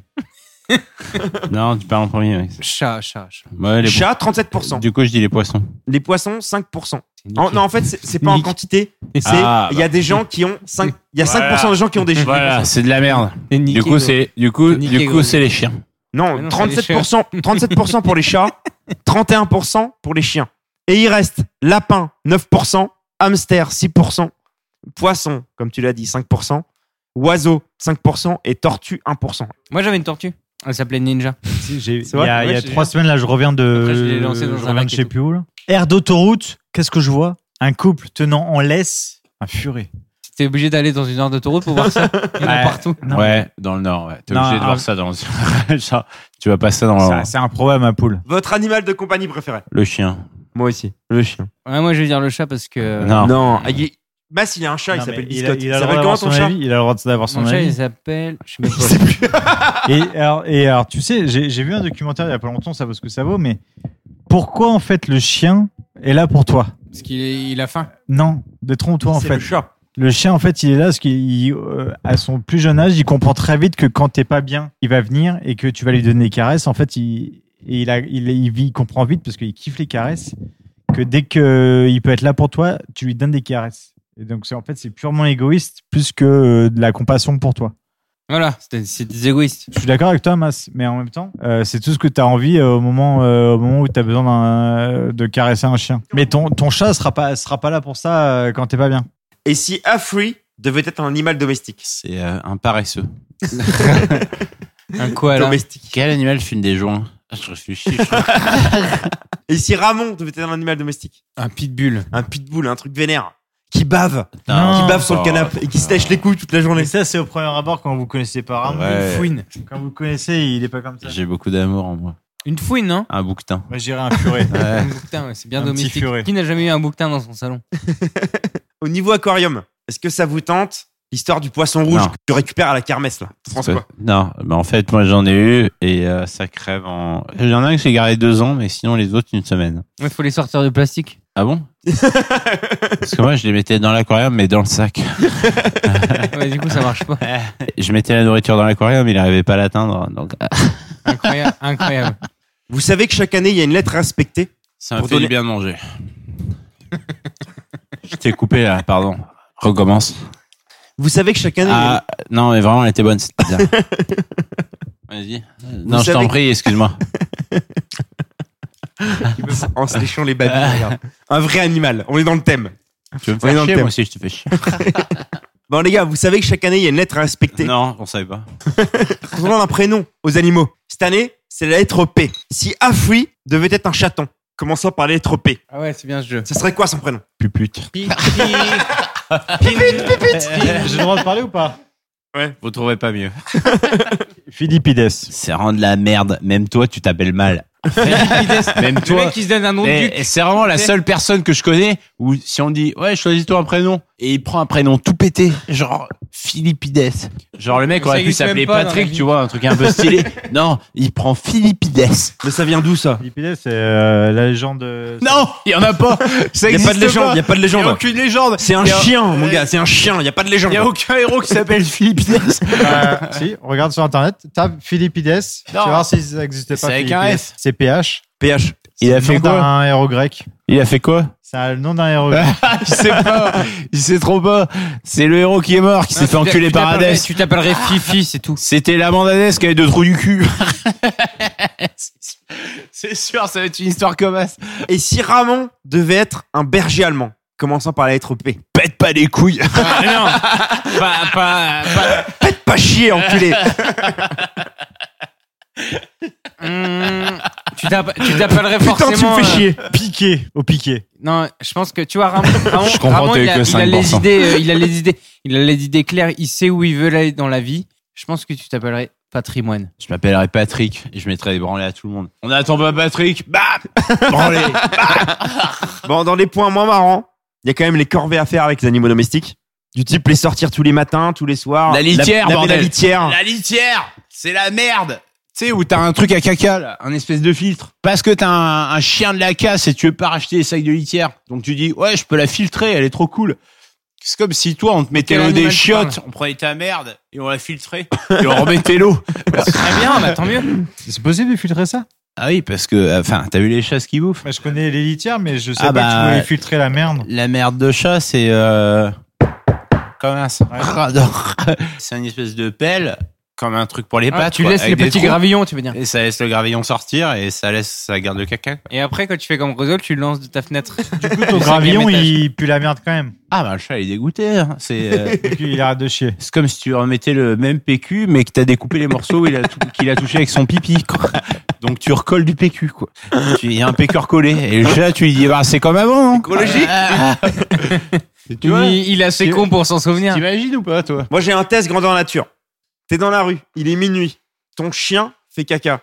Non, tu parles en premier, mec.
Chat, chat, chat.
Ouais, les
Chat 37%.
Du coup, je dis les poissons.
Les poissons 5%.
Oh,
En- non, en fait, c'est c'est pas en
Nick.
quantité. C'est il
Ah,
y a des gens qui ont 5 il y a 5%
Voilà.
de gens qui ont des chiens.
Voilà, c'est de la merde.
Et niqué,
Du coup,
gros.
c'est du coup,
Niqué,
du coup,
gros.
c'est les chiens.
Non,
Mais non, c'est les
37%, 37% pour les chats, 31% pour les chiens. Et il reste lapin 9%, hamster 6%, poisson comme tu l'as dit 5%, oiseau 5% et tortue 1%.
Moi, j'avais une tortue. Elle s'appelait Ninja.
Il
C'est vrai
y a, il y
Ouais,
a
je
trois
sais.
semaines, là, je reviens de.
Après, je l'ai lancé dans
je
un
reviens
lac
de je
et
sais
tout.
plus où, là. Aire d'autoroute, qu'est-ce que je vois Un couple tenant en laisse un furet.
T'es obligé d'aller dans une heure d'autoroute pour voir ça. Il y en a
Ouais.
partout.
Non,
ouais, dans le nord. Ouais. T'es
Non,
obligé de
ah,
voir ça dans Genre, tu vas pas ça
mais
dans
ça,
le,
C'est un problème, ma poule.
Votre animal de compagnie préféré
le chien.
Moi aussi, le chien.
Ouais, moi, je vais dire le chat parce que. euh,
non.
Non, ah, il- Mas, il a un chat, il
Non,
s'appelle
mais
Biscotte.
Il a, il a
Ça s'appelle comment
le droit d'avoir son
ton chat
avis. Il a le droit d'avoir son
Mon chat, il
avis.
s'appelle. Je sais même pas.
Et alors, et alors, tu sais, j'ai j'ai vu un documentaire il y a pas longtemps, ça vaut ce que ça vaut, mais pourquoi en fait le chien est là pour toi
Parce qu'il est- il a faim.
Non, détrompe-toi en
C'est
fait.
le chat.
Le chien, en fait, il est là parce qu'il, euh, à son plus jeune âge, il comprend très vite que quand t'es pas bien, il va venir et que tu vas lui donner des caresses. En fait, il, et il, a, il, il vit- il comprend vite parce qu'il kiffe les caresses que dès que il peut être là pour toi, tu lui donnes des caresses. Et donc, c'est en fait, c'est purement égoïste plus que euh, de la compassion pour toi.
Voilà, c'est c'est des égoïstes.
Je suis d'accord avec toi, Mas, mais en même temps, euh, c'est tout ce que t'as envie euh, au moment, euh, au moment où t'as besoin d'un- euh, de caresser un chien. Mais ton, ton chat sera pas, sera pas là pour ça euh, quand t'es pas bien.
Et si Afri devait être un animal domestique
C'est euh, un paresseux.
Un koala.
Domestique.
Quel animal fume des joints Ah, Je réfléchis. je crois.
Et si Ramon devait être un animal domestique
Un pitbull.
Un pitbull, un truc vénère, qui bave,
Putain,
Non.
qui
Ah,
bave sur le canapé et qui se tèche les couilles toute la journée.
Mais ça, c'est au premier abord quand vous connaissez pas Ramon.
Ouais.
Il fouine. Quand vous connaissez, il est pas comme ça.
J'ai beaucoup d'amour en moi.
Une fouine, non
Un bouquetin.
Moi, j'irais un furet.
Un bouquetin, ouais, c'est bien
Un petit
domestique.
furet.
Qui n'a jamais eu un bouquetin dans son salon
Au niveau aquarium, est-ce que ça vous tente l'histoire du poisson rouge
Non.
que tu récupères à la kermesse là François
Non, mais en fait, moi j'en ai eu et euh, ça crève en. Il y en a un que j'ai gardé deux ans, mais sinon les autres une semaine.
Il faut les sortir de plastique.
Ah bon Parce que moi je les mettais dans l'aquarium, mais dans le sac.
Ouais, du coup, ça marche pas.
Je mettais la nourriture dans l'aquarium, il n'arrivait pas à l'atteindre. Donc, ah,
Incroyable. incroyable.
Vous savez que chaque année il y a une lettre à respecter.
ça m'a
Pour
fait
donner-
du bien de manger. je t'ai coupé là, pardon. Recommence.
Vous savez que chaque année. il y a une-
Ah, non, mais vraiment, elle était bonne cette pizza. Vas-y. Euh, Non, je
savez
t'en
que-
prie, excuse-moi.
en se léchant les babines. regarde. Un vrai animal. On est dans le thème.
Tu veux me
On est dans le
faire chier,
thème.
moi aussi, je te fais chier.
Bon les gars, vous savez que chaque année il y a une lettre à respecter.
non, on savait pas.
On donne un prénom aux animaux. Cette année, c'est la lettre P. Si Afri devait être un chaton, commençons par la lettre P.
Ah ouais, c'est bien ce jeu.
Ça serait quoi son prénom
Pupute.
Pi- pi- Pin-
Euh, J'ai le droit de parler ou pas
Vous trouvez pas mieux.
Philippides.
C'est rendre la merde. Même toi, tu t'appelles mal. Même
Le
toi.
mec qui se donne un nom de
Mais
duc.
C'est vraiment la
Tu sais.
seule personne que je connais où si on dit ouais choisis-toi un prénom et il prend un prénom tout pété genre Philippides genre le mec
Ça
aurait pu
existe même
s'appeler
pas dans la
Patrick
vie.
tu vois un truc un peu stylé non il prend Philippides
Mais ça vient d'où ça
Philippides, c'est euh, la légende. de-
non il y en a pas ça
Il n'y a
existe
pas de légende. Il n'y a pas de
Il y a
légende.
aucune légende
C'est un
Il y a-
chien, mon gars. C'est un chien. Il n'y a pas de légende.
il y a aucun héros qui s'appelle Philippides
Euh, si, regarde sur internet, tape Philippides. Tu vas voir si ça n'existait pas.
C'est avec un
Philippides.
F.
C'est PH.
PH.
il a
C'est le
fait
nom
quoi
d'un héros grec.
il a fait quoi
C'est le nom d'un héros grec.
il sait pas il sait trop pas c'est le héros qui est mort qui s'est fait
Tu
enculer par
t'appellerais-
Hadès
Tu t'appellerais
Ah.
Fifi, c'est tout.
C'était l'Amandadès qui avait deux trous du cul. C'est sûr, ça va être une histoire comme ça.
Et si Ramon devait être un berger allemand, commençant par la lettre P.
Pète pas les couilles.
Ah, non. Pas, pas, pas.
Faites pas chier, enculé.
Hum, tu t'app- tu t'appellerais
Putain,
forcément.
tu me fais
euh,
chier.
Piqué, au piqué.
Non, je pense que tu vois Ramon. Ramon,
Je comprends,
Ramon,
t'as eu
il, a,
que
il a les
5%.
idées, euh, il a les idées, il a les idées claires. Il sait où il veut aller dans la vie. Je pense que tu t'appellerais patrimoine.
Je m'appellerai Patrick et je mettrai des branlées à tout le monde. On attend pas Patrick. Bah, Bam Branlée.
Bon, dans les points moins marrants, il y a quand même les corvées à faire avec les animaux domestiques. Du type les sortir tous les matins, tous les soirs.
La litière,
laver la
bordel.
litière.
La litière, c'est la merde. Ah. Tu sais, où t'as un truc à caca, là, un espèce de filtre. Parce que t'as un, un chien de la casse et tu veux pas racheter les sacs de litière. Donc tu dis, ouais, je peux la filtrer, elle est trop cool. C'est comme si toi, on te mettait
Quel
l'eau
animal
des
tu
chiottes, on prenait ta merde et on la filtrait et on remettait l'eau.
Très bien, bah, tant mieux.
C'est possible de filtrer ça
Ah oui, parce que, enfin, t'as vu les chasses qui bouffent
Je connais les litières, mais je sais
Ah
pas que
bah,
tu pouvais filtrer la merde.
La merde de chat, c'est. Euh... Comme ça. C'est une espèce de pelle, comme un truc pour les
Ah,
pattes.
tu
quoi,
laisses les
avec des
petits
trous.
gravillons, tu veux dire.
Et ça laisse le gravillon sortir et ça laisse ça garde le caca. quoi.
Et après, quand tu fais comme Rosol, tu le lances de ta fenêtre.
Du coup, ton
Le cinquième
gravillon,
étage.
il pue la merde quand même.
Ah bah le chat il est dégoûté. hein. C'est euh,
Donc, il arrête de chier.
c'est comme si tu remettais le même PQ mais que t'as découpé les morceaux il a tou- qu'il a touché avec son pipi. quoi. Donc tu recolles du PQ quoi. Tu- Il y a un PQ recollé et le chat tu lui dis bah c'est comme avant. hein.
Écologique.
Ah,
il, il est assez
tu-
con pour s'en souvenir.
T'imagines ou pas toi
Moi, j'ai un test grandeur nature. T'es dans la rue, il est minuit. Ton chien fait caca.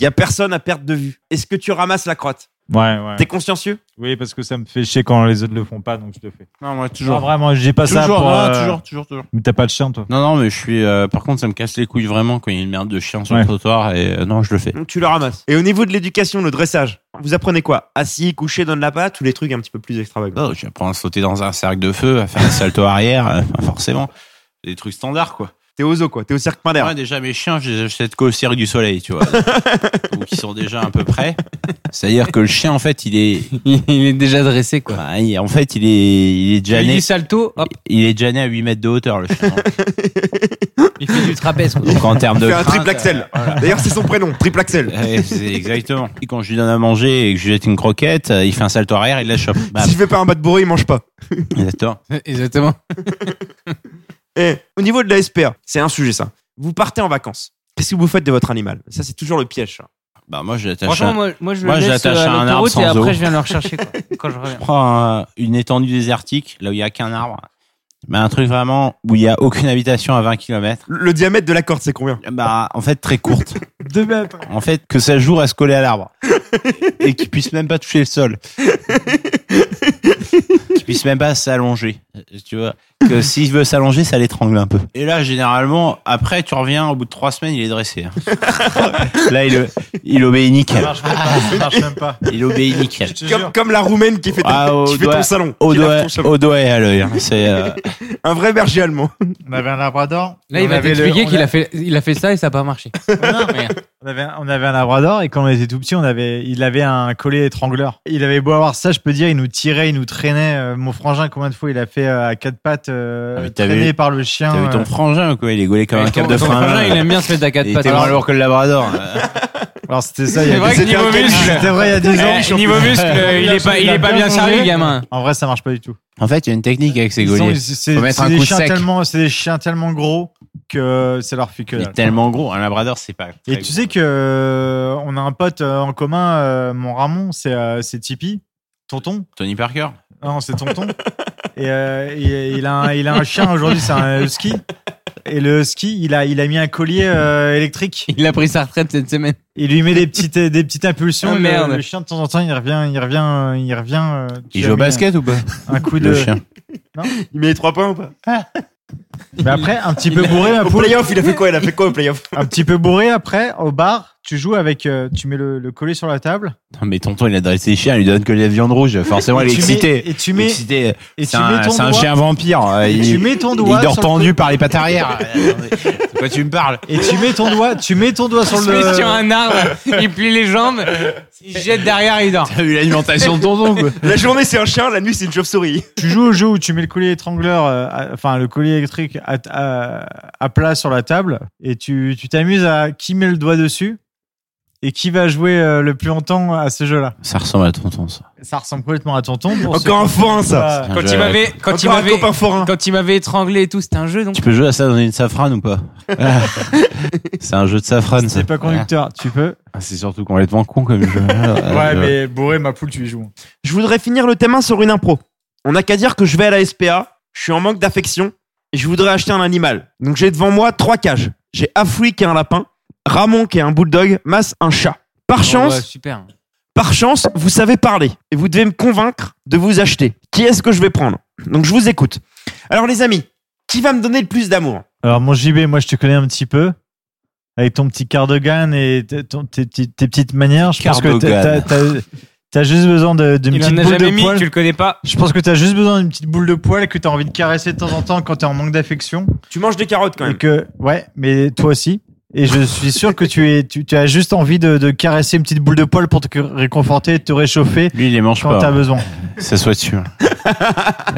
Il y a personne à perte de vue. Est-ce que tu ramasses la crotte
Ouais, ouais.
T'es consciencieux
Oui, parce que ça me fait chier quand les autres le font pas, donc je le fais.
Non moi
Non, vraiment, je dis pas ça
toujours,
pour.
non,
euh,
toujours, toujours, toujours.
Mais t'as pas de chien, toi.
Non, non, mais je suis. euh, par contre, ça me casse les couilles vraiment quand il y a une merde de chien sur
Ouais.
le trottoir et euh, non, je le fais.
Donc tu le ramasses. Et au niveau de l'éducation, le dressage, vous apprenez quoi Assis, couché, donne la patte, tous les trucs un petit peu plus extravagants.
Oh, j'apprends à sauter dans un cercle de feu, à faire un salto arrière, euh, enfin, forcément. Des trucs standards, quoi.
T'es au zoo, quoi. T'es au cirque Pinder.
Moi, déjà, mes chiens, je les achète qu'au cirque du soleil, tu vois. Donc, ils sont déjà à peu près. C'est-à-dire que le chien, en fait, il est.
Il est déjà dressé, quoi.
bah, il- en fait, il est, il est déjà
Il
né.
dit salto, hop,
Il est déjà né à 8 mètres de hauteur, le chien.
il fait du trapèze, quoi.
Donc, en termes
Il
de.
fait un
crainte,
triple axel. D'ailleurs, c'est son prénom, triple axel.
euh, c'est exactement. Et quand je lui donne à manger et que je lui jette une croquette, euh, il fait un salto arrière, il la chope. Bah, Bam.
S'il fait pas un bas de bourré, il mange pas.
Exactement.
Exactement.
Eh, au niveau de la SPA, c'est un sujet ça. Vous partez en vacances. Qu'est-ce que vous faites de votre animal Ça, c'est toujours le piège. ça.
Bah moi je l'attache.
Franchement,
À...
moi, moi je le
Moi,
laisse
j'attache
euh,
à un
à
arbre
l'autoroute et
sans
après
eau.
je viens le rechercher, quoi. Quand je reviens.
Je prends euh, une étendue désertique là où il y a qu'un arbre, mais un truc vraiment où il y a aucune habitation à 20 km.
Le, le diamètre de la corde, c'est combien
Bah en fait très courte.
truc de bête.
En fait, que sa joue à se coller à l'arbre. et qu'il puisse même pas toucher le sol. qu'il puisse même pas s'allonger. Euh, Tu vois. Que s'il veut s'allonger, ça l'étrangle un peu. Et là, généralement, après, tu reviens, au bout de trois semaines, il est dressé. hein. là, il, il obéit
Ça
nickel.
marche même pas. Ça marche même pas.
Il obéit nickel.
Je te jure.
Comme, comme la roumaine qui fait ton,
Ah, au
qui fait ton
doigt-
salon.
Au
qui lave
doigt,
ton chapeau.
au doigt et à l'œil. hein. C'est, euh,
Un vrai berger allemand.
On avait un labrador.
Là, il
On
va
avait le-
t'expliquer
on
qu'il
a-
a fait, il a fait ça et ça n'a pas marché.
On avait, un- on avait un labrador et quand on était tout petit, on avait, il avait un collet étrangleur. Il avait beau avoir ça, je peux dire, il nous tirait, il nous traînait. Euh, mon frangin, combien de fois il a fait euh, à quatre pattes, euh,
Ah, mais t'as
traîné
vu-
par le chien.
T'as vu ton
euh.
frangin, quoi. Il est gaulé comme un cap de
Ton
frein. à
frangin,
main.
il aime bien se mettre à
Il
quatre pattes.
était moins lourd que le labrador. hein.
Alors c'était ça. il y a
C'est vrai
des-
que niveau
c'était-
muscle-
C'était vrai il y a 10 ans.
Eh, niveau muscle, euh, il est pas, il est pas bien servi, le gamin.
En vrai, ça marche pas du tout.
En fait, il y a une technique avec ces
Ils sont-
gauliers.
c'est- C'est
Faut mettre
c'est
un
des
coup
chiens
sec.
tellement, c'est des chiens tellement gros que ça leur fait que.
Il
dalle.
est tellement gros. Un labrador, c'est pas. très
Et
gros.
tu sais que euh, on a un pote euh, en commun, euh, mon Ramon, c'est euh, c'est Tipeee, Tonton.
Tony Parker.
Non, c'est Tonton. Et euh, il, il a un, il a un chien aujourd'hui, c'est un husky. Et le husky, il a, il a mis un collier euh, électrique.
Il a pris sa retraite cette semaine.
Il lui met des petites, des petites impulsions.
Ah,
Le-
merde.
Le, chien de temps en temps, il revient, il revient, euh, il revient. euh, tu
Il
as
joue au
mis euh,
basket ou pas
Un coup de.
Le chien.
Il met les trois points ou pas
Mais après, un petit peu bourré, ma
Au
poule.
playoff, il a fait quoi Il a fait quoi au playoff
un petit peu bourré après au bar tu joues avec euh, tu mets le, le collet sur la table
Non, mais tonton, il a dressé les chiens, il lui donne que de la viande rouge. Forcément, il est
tu
excité.
mets- et tu mets
Excité.
et tu
C'est
mets
un,
ton
c'est un
doigt-
chien vampire. euh,
et
Il,
tu mets ton
il
doigt
dort
sur le
tendu par les pattes arrière. Euh, attendez, De quoi tu me parles
et tu mets ton doigt tu mets ton doigt
Il
sur
se met
le
sur un arbre, il plie les jambes, il se jette derrière, il dort.
T'as vu l'alimentation de tonton, quoi.
La journée, c'est un chien, la nuit, c'est une chauve-souris.
tu joues au jeu où tu mets le collier étrangleur euh, à- enfin le collier électrique à, à- à plat sur la table et tu tu t'amuses à qui met le doigt dessus et qui va jouer euh, le plus longtemps à ce jeu là
Ça ressemble à tonton, ça.
ça ressemble complètement à tonton pour ceux
Encore un forain,
qui-
ça.
Ah,
C'est un
Quand
jeu
il
à la-
m'avait, quand il
Encore un
m'avait,
copain forain.
quand il m'avait étranglé et tout, c'était un jeu donc.
Tu peux jouer à ça dans une safrane ou pas C'est un jeu de safrane, ça.
c'est pas conducteur tu peux
Ah, C'est surtout complètement con comme jeu.
ouais
Euh,
mais bourré ma poule tu y joues
Je voudrais finir le thème 1 sur une impro. On n'a qu'à dire que je vais à la SPA, je suis en manque d'affection et je voudrais acheter un animal. Donc j'ai devant moi trois cages. J'ai Afoui qui est un lapin, Ramon qui est un bulldog, Mas un chat. Par chance,
Ouais, super.
par chance, vous savez parler et vous devez me convaincre de vous acheter. Qui est-ce que je vais prendre Donc je vous écoute. Alors les amis, qui va me donner le plus d'amour
Alors, mon JB, moi, je te connais un petit peu. Avec ton petit cardigan et t- ton- tes, petites- tes petites manières, je pense que t'as-
Cardigan.
t'as- t'as- t'as juste besoin de- d'une
Il
petite
en a
boule
jamais
de
mis,
poil.
tu le connais pas.
Je pense que t'as juste besoin d'une petite boule de poil que t'as envie de caresser de temps en temps quand t'es en manque d'affection.
Tu manges des carottes quand
Et
même.
que, ouais, mais toi aussi. Et je suis sûr que tu, es, tu, tu as juste envie de, de caresser une petite boule de poil pour te réconforter, te réchauffer
Lui, il les mange
quand t'as
pas.
besoin.
Ça soit sûr.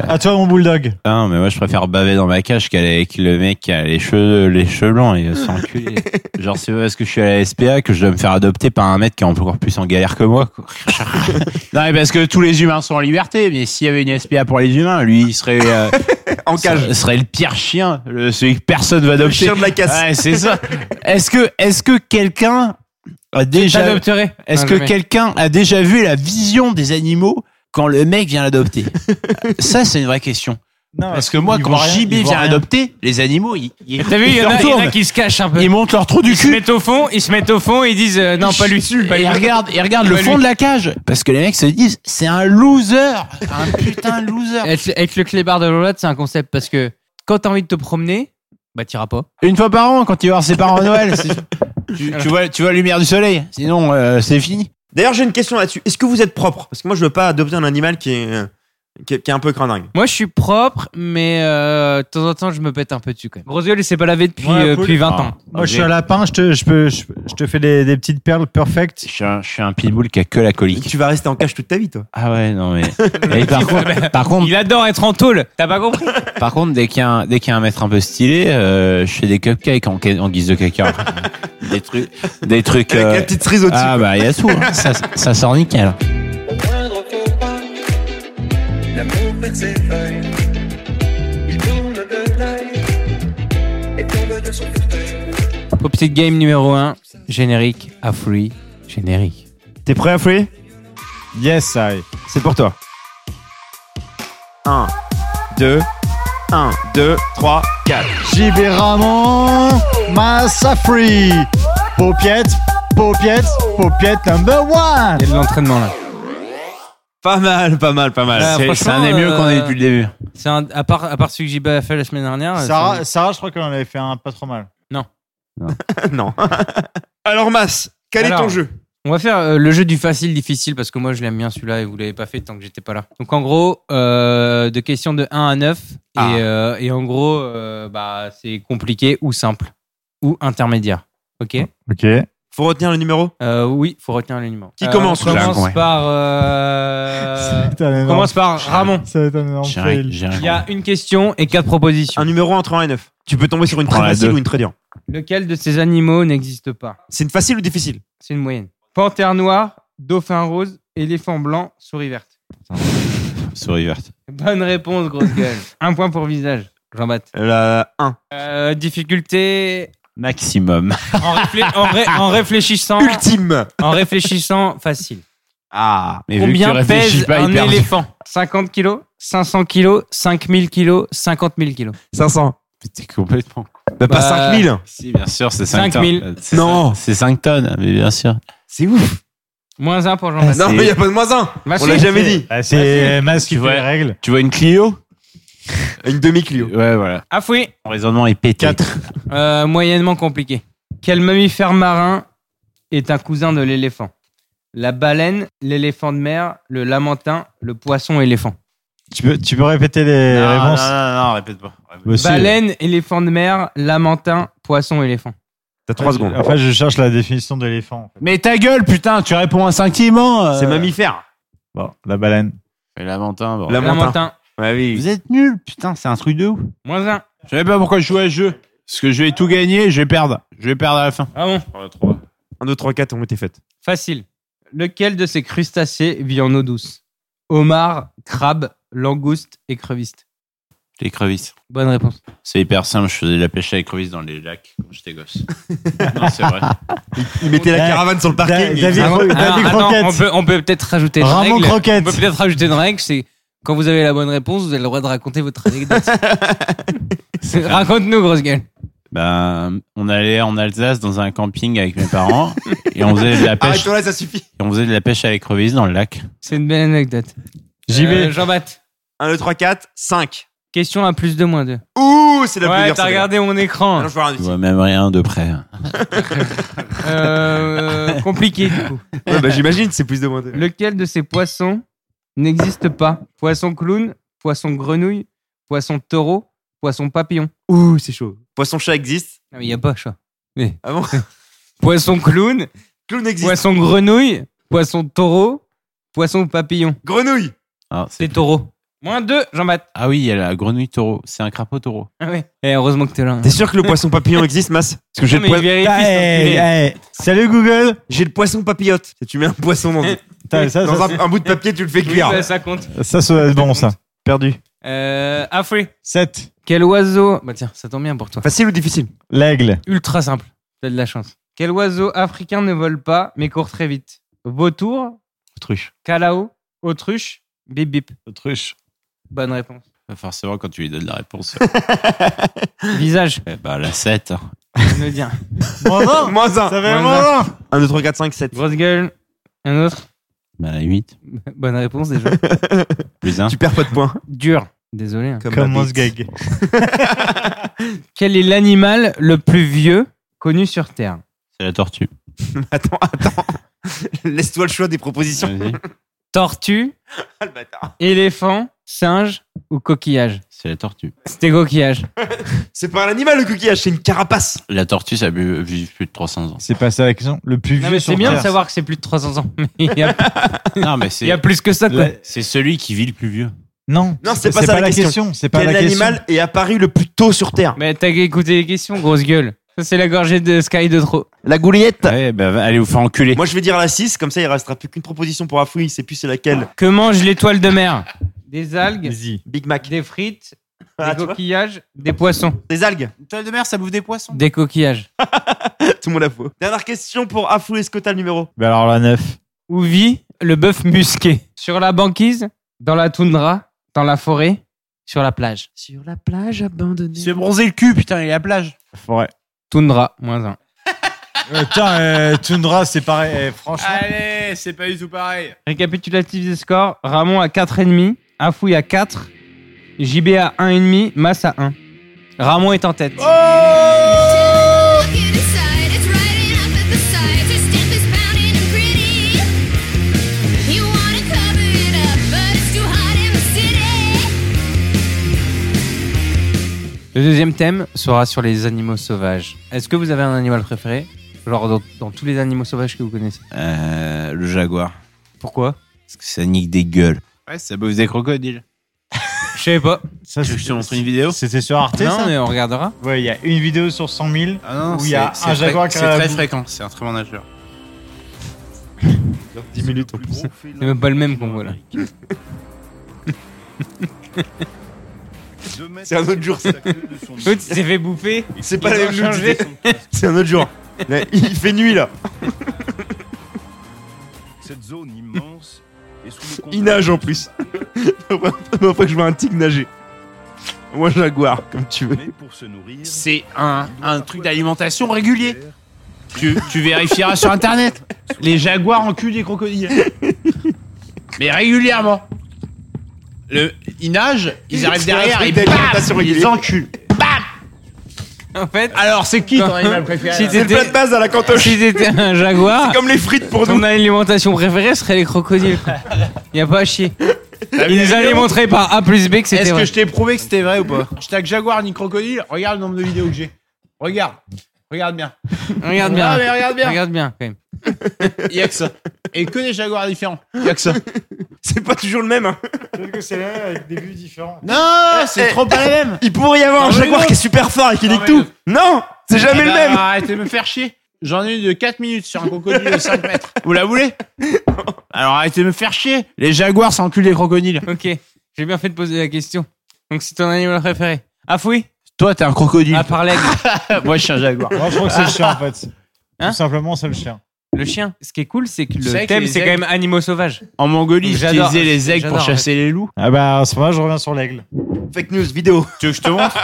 À toi, mon bulldog.
Ah non, mais moi je préfère baver dans ma cage qu'aller avec le mec qui a les cheveux, les cheveux blancs et s'enculer. Genre, c'est pas parce que je suis à la SPA que je dois me faire adopter par un mec qui est encore plus en galère que moi. quoi. non, mais parce que tous les humains sont en liberté, mais s'il y avait une SPA pour les humains, lui il serait, euh,
En cage.
serait- serait le pire chien, le, celui que personne va adopter.
Chien de la casse.
Ouais, c'est ça. Est-ce que, est-ce que quelqu'un a déjà,
J'adopterai.
est-ce
Non, Ah,
que
jamais.
quelqu'un a déjà vu la vision des animaux quand le mec vient l'adopter? ça, c'est une vraie question.
Ah,
Non,
Parce que moi,
il
quand
voit rien,
JB
il voit
vient
rien.
adopter, les animaux, ils, ils,
T'as vu, il y,
ils
en a- il y en a
retournent.
qui se cachent un peu.
Ils montent leur trou du
Ils se
cul.
mettent au fond, ils se mettent au fond et ils disent euh, non pas lui, pas
Et
lui.
ils regardent, ils regardent le
Pas
fond
lui.
de la cage. Parce que les mecs se disent, c'est un loser. Un putain de loser.
Être, être le clébard de Lolade, c'est un concept parce que quand t'as envie de te promener, bah t'iras pas.
Une fois par an, quand tu vas voir ses parents à Noël, c'est- tu, tu vois, tu vois la lumière du soleil. Sinon, euh, c'est fini.
D'ailleurs, j'ai une question là-dessus. Est-ce que vous êtes propre Parce que moi, je veux pas adopter un animal qui est, euh, qui est, qui est un peu crindingue.
Moi je suis propre, mais euh, de temps en temps je me pète un peu dessus quand même. Gros gueule, il s'est pas lavé depuis,
Ouais,
euh,
cool.
depuis 20
Ah.
ans.
Moi, je suis un lapin, je te, je peux, je, je te fais des, des petites perles perfect.
Je suis, un, je suis un pitbull qui a que la colique.
Tu vas rester en cage toute ta vie, toi.
Ah ouais, non mais. Et par, contre, par
Ah.
contre,
Il adore être en tôle, t'as pas compris
Par contre, dès qu'il y a un, dès qu'il y a un maître un peu stylé, euh, je fais des cupcakes en, ca- en guise de caca. des trucs, des trucs.
Avec
euh,
la petite cerise au-dessus.
ah bah il y a tout, hein. ça, ça sort nickel.
L'amour perd ses feuilles, il tourne de l'œil et tombe de son fauteuil.
Optic Game numéro 1, générique à free, générique.
T'es prêt à fouiller
Yes, I.
C'est pour toi. 1, 2, 1, 2, 3, 4.
JB Ramon, Massafri, Paupiette, paupiette, paupiette number one.
Il y a de l'entraînement là.
Pas mal, pas mal, pas mal.
Ouais,
C'est- C'est un
franchement,
des mieux qu'on a eu depuis le début.
C'est un, à part à part celui que JB a fait la semaine dernière. euh,
Sarah, Sarah, je crois qu'on avait fait un pas trop mal.
non. Alors, Mas, quel est ton
Alors.
jeu
On va faire euh, le jeu du facile difficile parce que moi je l'aime bien celui-là et vous l'avez pas fait tant que j'étais pas là. Donc en gros, euh, de questions de 1 à 9
Ah.
et, euh, et en gros, euh, bah, c'est compliqué ou simple ou intermédiaire. Ok.
Ok.
Faut retenir le numéro
Euh, oui, faut retenir le numéro.
Qui commence,
On
Jacques,
commence
ouais.
par. euh, on commence par Ramon.
Ça va être un énorme
J'ai
fail.
rien- j'ai rien
Il y a une question et quatre propositions.
Un numéro entre 1 et 9. Tu peux tomber sur une très
prends la
facile
deux.
ou une très dure.
Lequel de ces animaux n'existe pas
C'est une facile ou difficile
C'est une moyenne. Panthère noire, dauphin rose, éléphant blanc, souris verte.
Souris verte.
Bonne réponse, grosse gueule. Un point pour visage, Jean-Baptiste.
La 1.
Euh, difficulté
Maximum.
en, réflé- en ré- en réfléchissant,
Ultime
en réfléchissant facile.
Ah, mais
Combien
réfléchis
pèse
pas, il
un
perd.
éléphant 50 kilos, 500 kilos, 5000 kilos, 50 000 kilos.
500.
T'es complètement. con.
Bah, pas
Bah,
5000
Si, bien sûr, c'est 5
Cinq mille.
tonnes. C'est
Non.
ça, C'est 5 tonnes, mais bien sûr.
C'est ouf
Moins un pour Jean-Baptiste.
Ah Non, mais y a pas de moins 1
Bah,
On
si.
l'a jamais dit
Ah, c'est Mas qui
Tu
fait
vois.
les règles.
Tu vois une Clio
Une demi-Clio.
Ouais, voilà.
Ah oui,
Mon raisonnement est pété.
4.
Euh, moyennement compliqué. Quel mammifère marin est un cousin de l'éléphant La baleine, l'éléphant de mer, le lamentin, le poisson éléphant.
Tu peux, tu peux répéter les
non, non,
réponses
non, non, répète pas. Répète
Bah, si.
Baleine, éléphant de mer, lamentin, poisson éléphant.
T'as 3 secondes.
En fait, je cherche la définition de l'éléphant. en fait.
pas. Mais ta gueule, putain, tu réponds instinctivement. euh.
C'est mammifère.
Bon, la baleine.
Et Lamentin, bon.
Lamentin.
Lamentin,
Ouais, oui.
Vous êtes nuls, putain, c'est un truc de ouf.
moins un.
Je savais pas pourquoi je jouais à ce jeu. Parce que je vais tout gagner et je vais perdre. Je vais perdre à la fin.
Ah bon
1, 2, 3, 4 ont été faites.
Facile. Lequel de ces crustacés vit en eau douce Homard, crabe, langouste, écrevisse.
Les crevisses.
Bonne réponse.
C'est hyper simple, je faisais de la pêche à l'écrevisse dans les lacs quand j'étais gosse. non, c'est vrai.
Il mettait la
Da-
caravane sur le parking. Ah,
Da-
il faisait-
David, Ro-
Ah Alors,
David
attends, on
Croquette.
peut, on peut peut-être rajouter une
Ramon
règle.
Croquette.
On peut peut-être rajouter une règle, c'est quand vous avez la bonne réponse, vous avez le droit de raconter votre anecdote. C'est- Raconte-nous, grosse gueule.
Ben, on allait en Alsace dans un camping avec mes parents et on faisait de la pêche,
Arrête-toi là, ça suffit.
et on faisait de la pêche à l'écrevisse dans le lac.
C'est une belle anecdote.
J'y vais.
Euh, Jean-Baptiste,
1, 2, 3, 4, 5.
question à plus de moins deux.
Ouh, c'est la plus
Ouais,
dure.
t'as
celle-là.
regardé mon
Ah
écran.
non, je vois rien
Je
du tout.
vois même rien de près.
Euh, compliqué, du coup.
Ouais, bah, j'imagine, c'est plus de moins deux.
Lequel de ces poissons n'existe pas Poisson clown, poisson grenouille, poisson taureau, poisson papillon.
Ouh, c'est chaud. Poisson-chat existe.
Non, mais il n'y a pas chat.
Ah bon
Poisson clown,
Clown existe.
poisson grenouille, poisson taureau, poisson papillon.
Grenouille.
Ah, c'est-
C'est taureau. Moins deux, Jean-Baptiste.
Ah oui, il y a la grenouille taureau. C'est un crapaud taureau.
Ah ouais. Eh, heureusement que t'es là. hein.
T'es sûr que le poisson papillon existe, Mas Parce que j'ai
Non, mais il
le, poi-
vérifie,
Ah,
cet
hey,
enculé.
hey. Salut Google.
j'ai le poisson papillote. Tu mets un poisson dans,
Putain, ça,
dans
ça,
un, un bout de papier, tu le fais
Oui, bah,
cuire.
ça, ça compte.
ça, ça doit être bon, ça. Perdu.
Euh, Afri.
7.
Quel oiseau Bah tiens, ça tombe bien pour toi.
Facile ou difficile
L'aigle.
Ultra simple. T'as de la chance. Quel oiseau africain ne vole pas mais court très vite Vautour,
Autruche.
calao, autruche, bip bip.
Autruche.
Bonne réponse.
Pas forcément quand tu lui donnes la réponse.
Visage,
eh ben, la 7.
je veux dire.
Bravo.
Moins un.
Ça fait
Moins un.
moins
1, 2, 3, 4, 5, 7.
Grosse gueule. Un autre
Ben, la 8.
Bonne réponse déjà.
Plus 1.
Tu perds pas de points.
Dur. Désolé. hein.
Comme
ma
mon
bite.
gag.
Quel est l'animal le plus vieux connu sur Terre
C'est la tortue.
Attends, attends. Laisse-toi le choix des propositions.
Vas-y.
Tortue,
Ah, le bâtard.
éléphant, singe ou coquillage
C'est la tortue.
C'était coquillage.
C'est pas un animal le coquillage, c'est une carapace.
La tortue, ça vit vit plus de 300 ans.
C'est passé à la question. Le plus
Non,
vieux
mais
sur
c'est bien de
Terre.
savoir que c'est plus de 300 ans. Mais il y a,
Non, mais
il y a
c'est.
plus que ça, quoi.
La-
C'est celui qui vit le plus vieux.
Non.
Non, c'est pas ça la question.
C'est pas
Quel
la question.
animal est apparu le plus tôt sur Terre
Mais t'as écouté les questions, grosse gueule. Ça, c'est la gorgée de Sky de trop.
La gouliette.
Ouais, ben, allez vous faire enculer.
Moi, je vais dire la 6, comme ça, il restera plus qu'une proposition pour Afoui, c'est plus c'est laquelle.
Que mange l'étoile de mer Des algues,
Vas-y.
Big Mac.
des frites,
Ah,
des
tu vois
coquillages, des poissons.
Des algues.
Une toile de mer, ça bouffe des poissons.
Des coquillages.
Tout le monde a faux. Dernière question pour Afoui, est-ce que t'as le numéro
Ben alors la 9.
Où vit le bœuf musqué Sur la banquise, dans la toundra, dans la forêt, sur la plage.
Sur la plage abandonnée.
bronzer le cul, putain, il est à la plage.
Forêt.
Toundra, moins un.
Putain, euh, Tundra, c'est pareil. Eh, franchement.
Allez, c'est pas du tout pareil.
Récapitulatif des scores Ramon à 4,5, Afoui à 4, JB à 1,5, Mass à 1. Ramon est en tête. Le deuxième thème sera sur les animaux sauvages. Est-ce que vous avez un animal préféré Genre dans, dans tous les animaux sauvages que vous connaissez.
Euh, le jaguar.
Pourquoi
Parce que ça nique des gueules. Ouais, ça bouffe des crocodiles.
Je sais pas.
Ça,
Tu veux que je te montre une vidéo
C'était sur Arte,
non,
ça
mais on regardera.
Ouais, il y a une vidéo sur 100 000
Ah non,
où il y a
c'est-
un
c'est
jaguar
très-
qui
C'est
a la
très
boule.
fréquent, c'est un très bon nageur.
10 minutes en plus.
C'est même pas le même qu'on voit là.
C'est un autre jour. ça.
L'autre s'est fait bouffer.
C'est pas
Ils
la
ont
même look.
changé.
C'est un autre jour. Là, Il fait nuit là.
Cette zone immense est sous le
Il nage en plus. La première fois que je vois un tigre nager. Moi, jaguar, comme tu veux.
pour se nourrir,
C'est un, un truc d'alimentation régulier. Tu, tu vérifieras sur internet. Les jaguars enculent des crocodiles. Mais régulièrement. Le, ils nagent, ils arrivent
C'est un
derrière et
truc
bam,
d'alimentation
ils
régulier.
enculent.
En fait,
Alors c'est qui ton animal
si
préféré
C'est le plat de
t'étais
base à la cantoche.
si t'étais un jaguar,
Comme les frites pour
ton
nous.
alimentation préférée serait les crocodiles. quoi. Y a pas à chier.
vu
Ils
la
nous avaient
vidéo
montré par A plus B que c'était
Est-ce
vrai.
que je t'ai prouvé que c'était vrai ou pas Je tag jaguar ni crocodile. Regarde le nombre de vidéos que j'ai. Regarde. Regarde bien.
Regarde bien. hein.
Ah, mais regarde bien.
Regarde bien quand même.
Il y a que ça. Et que des jaguars différents. Il y a que ça.
C'est pas toujours le même. hein.
Peut-être que c'est là avec des vues différentes.
Non, c'est
Eh,
trop pas la même.
Il pourrait y avoir un
Non, mais
jaguar
non.
qui est super fort et qui
Non,
nique
mais
tout. Non, c'est jamais
Eh
le
ben,
même.
Arrêtez de me faire chier. J'en ai eu de 4 minutes sur un crocodile de 5 mètres. Vous la voulez Alors arrêtez de me faire chier. Les jaguars s'enculent les crocodiles.
Ok, j'ai bien fait de poser la question. Donc c'est ton animal préféré.
Ah,
Afoui
Toi, t'es un crocodile.
À part l'aigle.
Ah, Moi, je suis un jaguar.
Moi, je crois que c'est le chien en fait.
Hein
Tout simplement, c'est le chien.
Le chien. Ce qui est cool, c'est que
Tu sais
le
que
thème,
les
c'est quand
aigles-
même animaux sauvages.
En Mongolie,
J'adore.
j'utilisais les aigles pour
J'adore, en fait.
chasser les loups.
Ah bah, à ce moment-là, je reviens sur l'aigle.
Fake news, vidéo.
Tu veux que je te montre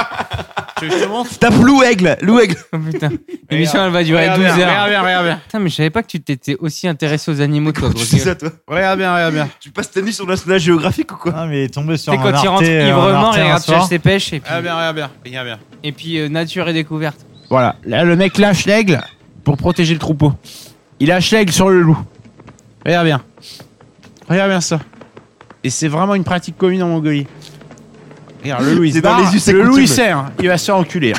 Tu veux que je te montre
Tape loup aigle, loup aigle.
Oh putain. L'émission, elle va durer 12
Regarde bien,
heures.
Regarde bien, regarde bien.
Putain, mais je savais pas que tu t'étais aussi intéressé aux animaux, toi, gros
C'est
gueule.
ça, toi.
Regarde bien, regarde bien.
Tu passes ta nuit sur National Geographic ou quoi
Non, mais il est tombé
Tu
sur
sais,
un
quand il
Arte,
rentre
euh, un
ivre-mort,
Arte
il
un
regarde
soir.
chercher ses pêches et puis,
Regarde Ah, bien, regarde bien. Regarde bien.
et puis euh, nature et découverte.
Voilà. Là, le mec lâche l'aigle pour protéger le troupeau. Il lâche l'aigle sur le loup. Regarde bien. Regarde bien ça. Et c'est vraiment une pratique commune en Mongolie. Regarde, le loup, il
C'est
se
dans
barre.
les us et
Le loup, il
coutumes.
sert. Il va se faire enculer.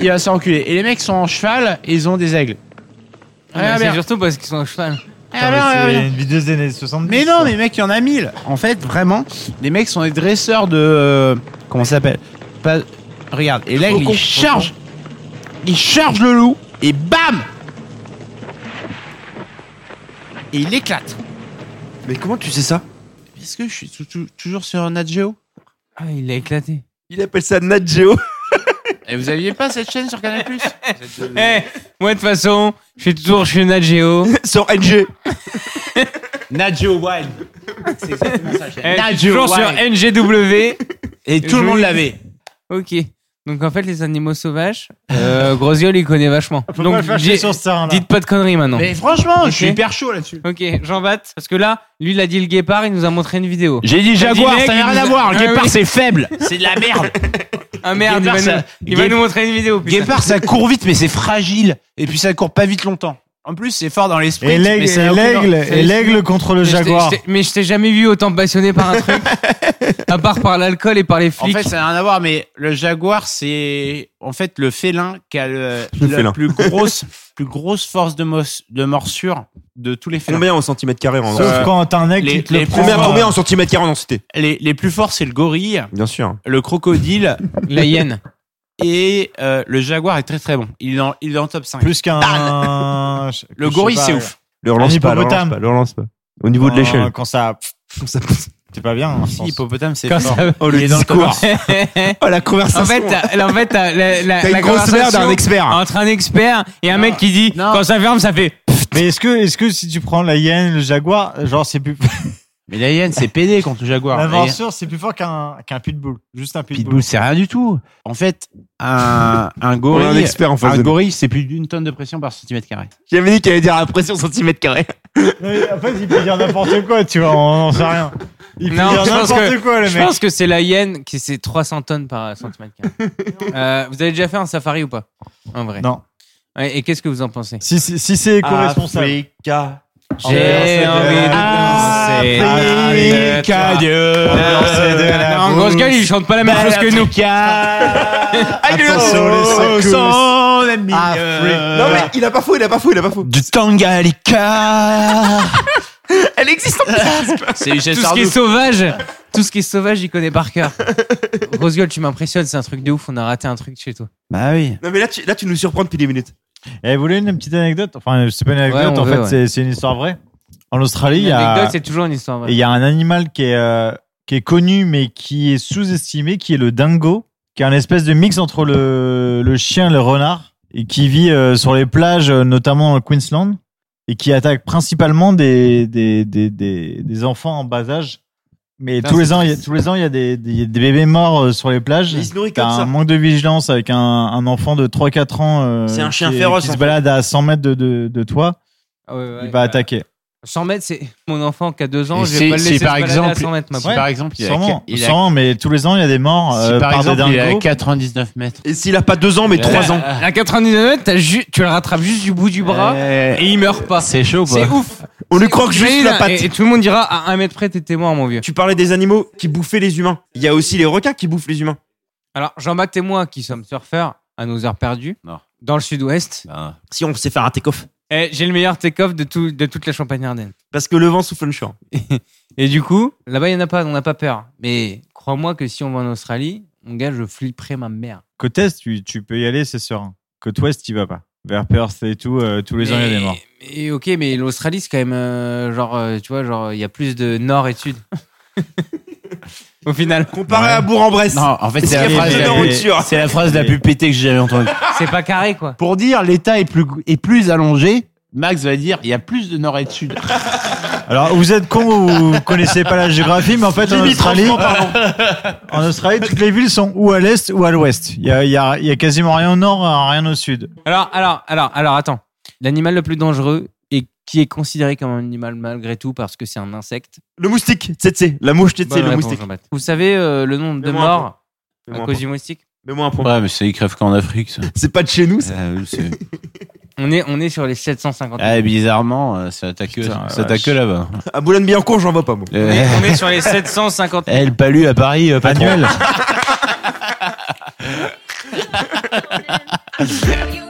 il va se faire enculer. Et les mecs sont en cheval et ils ont des aigles.
Mais
Regarde
c'est
bien.
surtout parce qu'ils sont en cheval.
Putain,
Regarde bien,
Ah, mais
regarde bien.
euh,
C'est une vidéo des années 70.
Mais non,
ça.
mais mec, il y en a mille. En fait, vraiment, les mecs sont des dresseurs de. euh, comment ça s'appelle Pas- Regarde, et l'aigle,
Faucon,
il charge. Il charge le loup, et bam Et il éclate.
Mais comment tu sais ça
Est-ce que je suis tou- tou- toujours sur Nat Geo
Ah, il a éclaté.
Il appelle ça Nat Geo.
Et vous aviez pas cette chaîne sur Canal Plus
Eh, moi, de toute façon, je suis toujours chez Nat Geo.
sur NG.
Nat Geo Wild. C'est exactement ça, la chaîne.
Eh, je
Nat
suis
Geo
toujours sur
Wild.
NGW.
Et tout le
Je-
monde l'avait.
Ok. Donc en fait, les animaux sauvages, euh, Grosse Gueule, il connaît vachement.
Faut pas
Donc
le faire
j'ai-
chier sur ce terrain là.
dites pas de conneries maintenant.
Mais franchement, je suis
Ok.
hyper chaud là-dessus.
Ok, j'en batte. Parce que là, lui, il a dit le guépard, il nous a montré une vidéo.
J'ai dit
Jaguar, ça n'a rien à voir. Le guépard,
c'est faible. Ah C'est de la merde.
Ah merde,
Guépard,
il, va nous,
ça-
il va
Guép-
nous montrer une vidéo. putain.
Guépard, ça court vite, mais c'est fragile. Et puis ça court pas vite longtemps. En plus, c'est fort dans l'esprit.
Et l'aigle, et l'aigle,
ça a
et l'aigle contre le
Mais je t'ai-
jaguar.
je t'ai- Mais je t'ai jamais vu autant passionné par un truc, à part par l'alcool et par les
En
flics.
fait, ça n'a rien à voir, mais le jaguar, c'est en fait le félin qui a le,
Le
la
félin.
plus grosse, plus grosse force de, mos- de morsure de tous les félins.
Combien en centimètres carrés en
Sauf quand t'as un aigle
les-
qui te le
les
prend.
Combien,
euh,
combien en centimètres carrés en densité
Les, les plus forts, c'est le gorille,
Bien sûr.
le crocodile
La hyène.
et euh, le jaguar est très très bon. Il est dans, il est dans le top 5.
Plus qu'un. je-
le
je sais
gorille,
pas,
c'est
euh,
ouf.
Le
Un
relance pas, le relance
hippopotame.
pas, le relance pas. Au niveau de
quand-
l'échelle.
Quand ça. C'est pas bien. hein, je pense.
Hippopotame, c'est
Quand
fort.
ça-
Oh
Il est
le
dans le
discours.
top
Oh la conversation.
En fait, t'as- en fait, t'as la, la,
T'as
la
une grosse merde
conversation
d'un expert.
entre un expert et un mec qui dit
Non.
quand ça ferme, ça fait.
Mais est-ce que, est-ce que si tu prends la hyène, le jaguar, genre c'est plus.
Mais la hyène, c'est pédé contre le jaguar.
La
La hyène-
morsure, c'est plus fort qu'un qu'un pitbull. Juste un pitbull.
Pitbull, c'est rien du tout. En fait, un, un
On
gorille,
a un expert en face de
un
nous.
Ah, gorille, c'est plus d'une tonne de pression par centimètre carré.
J'avais dit qu'il allait dire la pression centimètre carré.
Non, mais en fait, il peut dire n'importe quoi, tu vois, on n'en sait rien. Il peut
Non,
dire
je pense
n'importe
que-
quoi, le
Je
mec.
pense que c'est la hyène qui c'est 300 tonnes par centimètre carré. Euh, vous avez déjà fait un safari ou pas En vrai.
Non.
Ouais, et qu'est-ce que vous en pensez
Si, si, si c'est éco-responsable.
Africa.
J'ai envie de Ah,
Ah,
danser.
Africa, Dieu.
c'est de la
En grosse gueule, ils chantent pas la même chose que nous.
oh,
Attention, les secousses.
Non mais il a pas faux, il a pas faux, il a pas faux.
Du Tangalika.
Elle existe en
C'est
Tout ce qui est sauvage, tout ce qui est sauvage, il connaît par cœur. Rose gueule, tu m'impressionnes, c'est un truc de ouf. On a raté un truc chez toi.
Bah oui.
Non mais là tu, là tu nous surprends depuis des minutes.
Et vous voulez une petite anecdote Enfin, c'est pas une anecdote,
Ouais, on
en
veut,
fait,
ouais.
c'est- c'est une histoire vraie. En Australie, il y a,
L'anecdote, c'est toujours une histoire. vraie.
il y a un animal qui est, euh, qui est connu, mais qui est sous-estimé, qui est le dingo, qui est un espèce de mix entre le, le chien et le renard, et qui vit euh, sur les plages, euh, notamment dans le Queensland, et qui attaque principalement des, des, des, des, des enfants en bas âge. Mais
Putain,
tous les,
c'est
ans, il y a,
triste.
tous les ans, il y a des, des, des bébés morts euh, sur les plages.
Il se nourrit
T'as
comme
un
ça.
manque de vigilance avec un, un enfant de 3-4 ans euh,
C'est un chien
qui, est-
féroce,
qui
en
se
fait.
balade à 100 mètres de, de, de toi,
Ah ouais, ouais,
il va
ouais.
attaquer.
100 mètres, c'est mon enfant qui a 2 ans.
Et
Je
si-
vais pas le
si
laisser
par
se balader à
exemple-
100 mètres, ma
Si
poule.
par exemple, il a,
Sûrement,
il a-
sûrement, mais tous les ans, il y a des morts
si
euh,
par
par,
exemple, il
des
a
dingos.
99 mètres.
Et s'il a pas deux ans mais trois ans.
À 99 mètres, t'as ju- tu le rattrapes juste du bout du bras
Euh,
et il meurt pas.
C'est chaud, quoi.
C'est ouf.
On lui
C'est
croque
ouf.
juste
Mais
la
là,
patte.
Et, et tout le monde dira à un mètre près, t'étais mort, mon vieux.
Tu parlais des animaux qui bouffaient les humains. Il y a aussi les requins qui bouffent les humains.
Alors, Jean-Baptiste et moi, qui sommes surfeurs, à nos heures perdues,
Non.
dans le sud-ouest,
Bah,
Si on sait faire un take-off.
eh, j'ai le meilleur take-off de, tout- de toute la Champagne-Ardenne.
Parce que le vent souffle le champ.
Et du coup, là-bas, il n'y en a pas, on n'a pas peur. Mais crois-moi que si on va en Australie, mon gars, je flipperai ma mère.
Côte Est, tu, tu peux y aller, c'est serein. Côte Ouest, il va pas. Vers Perth et tout, euh, tous les ans, il y a des morts.
Et ok, mais l'Australie, c'est quand même euh, genre, euh, tu vois, genre, il y a plus de nord et de sud. Au final,
Comparé à Bourg-en-Bresse.
Non, en fait,
Est-ce
c'est la
qu'il y a plus de
phrase la
dans
plus-
route
nourriture
c'est la phrase la plus pétée que j'ai jamais entendue.
c'est pas carré, quoi.
Pour dire l'État est plus, est plus allongé, Max va dire il y a plus de nord et de sud.
Alors, vous êtes con ou vous connaissez pas la géographie, mais en fait, en Australie, en Australie, toutes les villes sont ou à l'Est ou à l'Ouest. Il y a, il y a- il y a quasiment rien au Nord, euh, rien au Sud.
Alors, alors, alors, alors, attends. L'animal le plus dangereux et qui est considéré comme un animal malgré tout parce que c'est un insecte.
Le moustique, tsetse. La mouche tsetse,
Bonne
le
réponse,
moustique.
Jean-Baptiste. Vous savez euh, le nombre de
Fais-moi un
morts
Mets-moi
à
un
cause
point.
du moustique
Mets-moi un point.
Ouais, mais c'est ils crèvent qu'en Afrique, ça.
C'est pas de chez nous. ça.
Euh, c'est-
on est, on est sur les 750 000.
Ah, bizarrement, euh, ça attaque,
Putain,
ça
la
attaque là-bas.
À Boulogne-Billancourt, j'en vois pas, moi.
On
Euh,
est, on est sur les 750 000.
eh, le palu à Paris, euh, patron.
Annuel.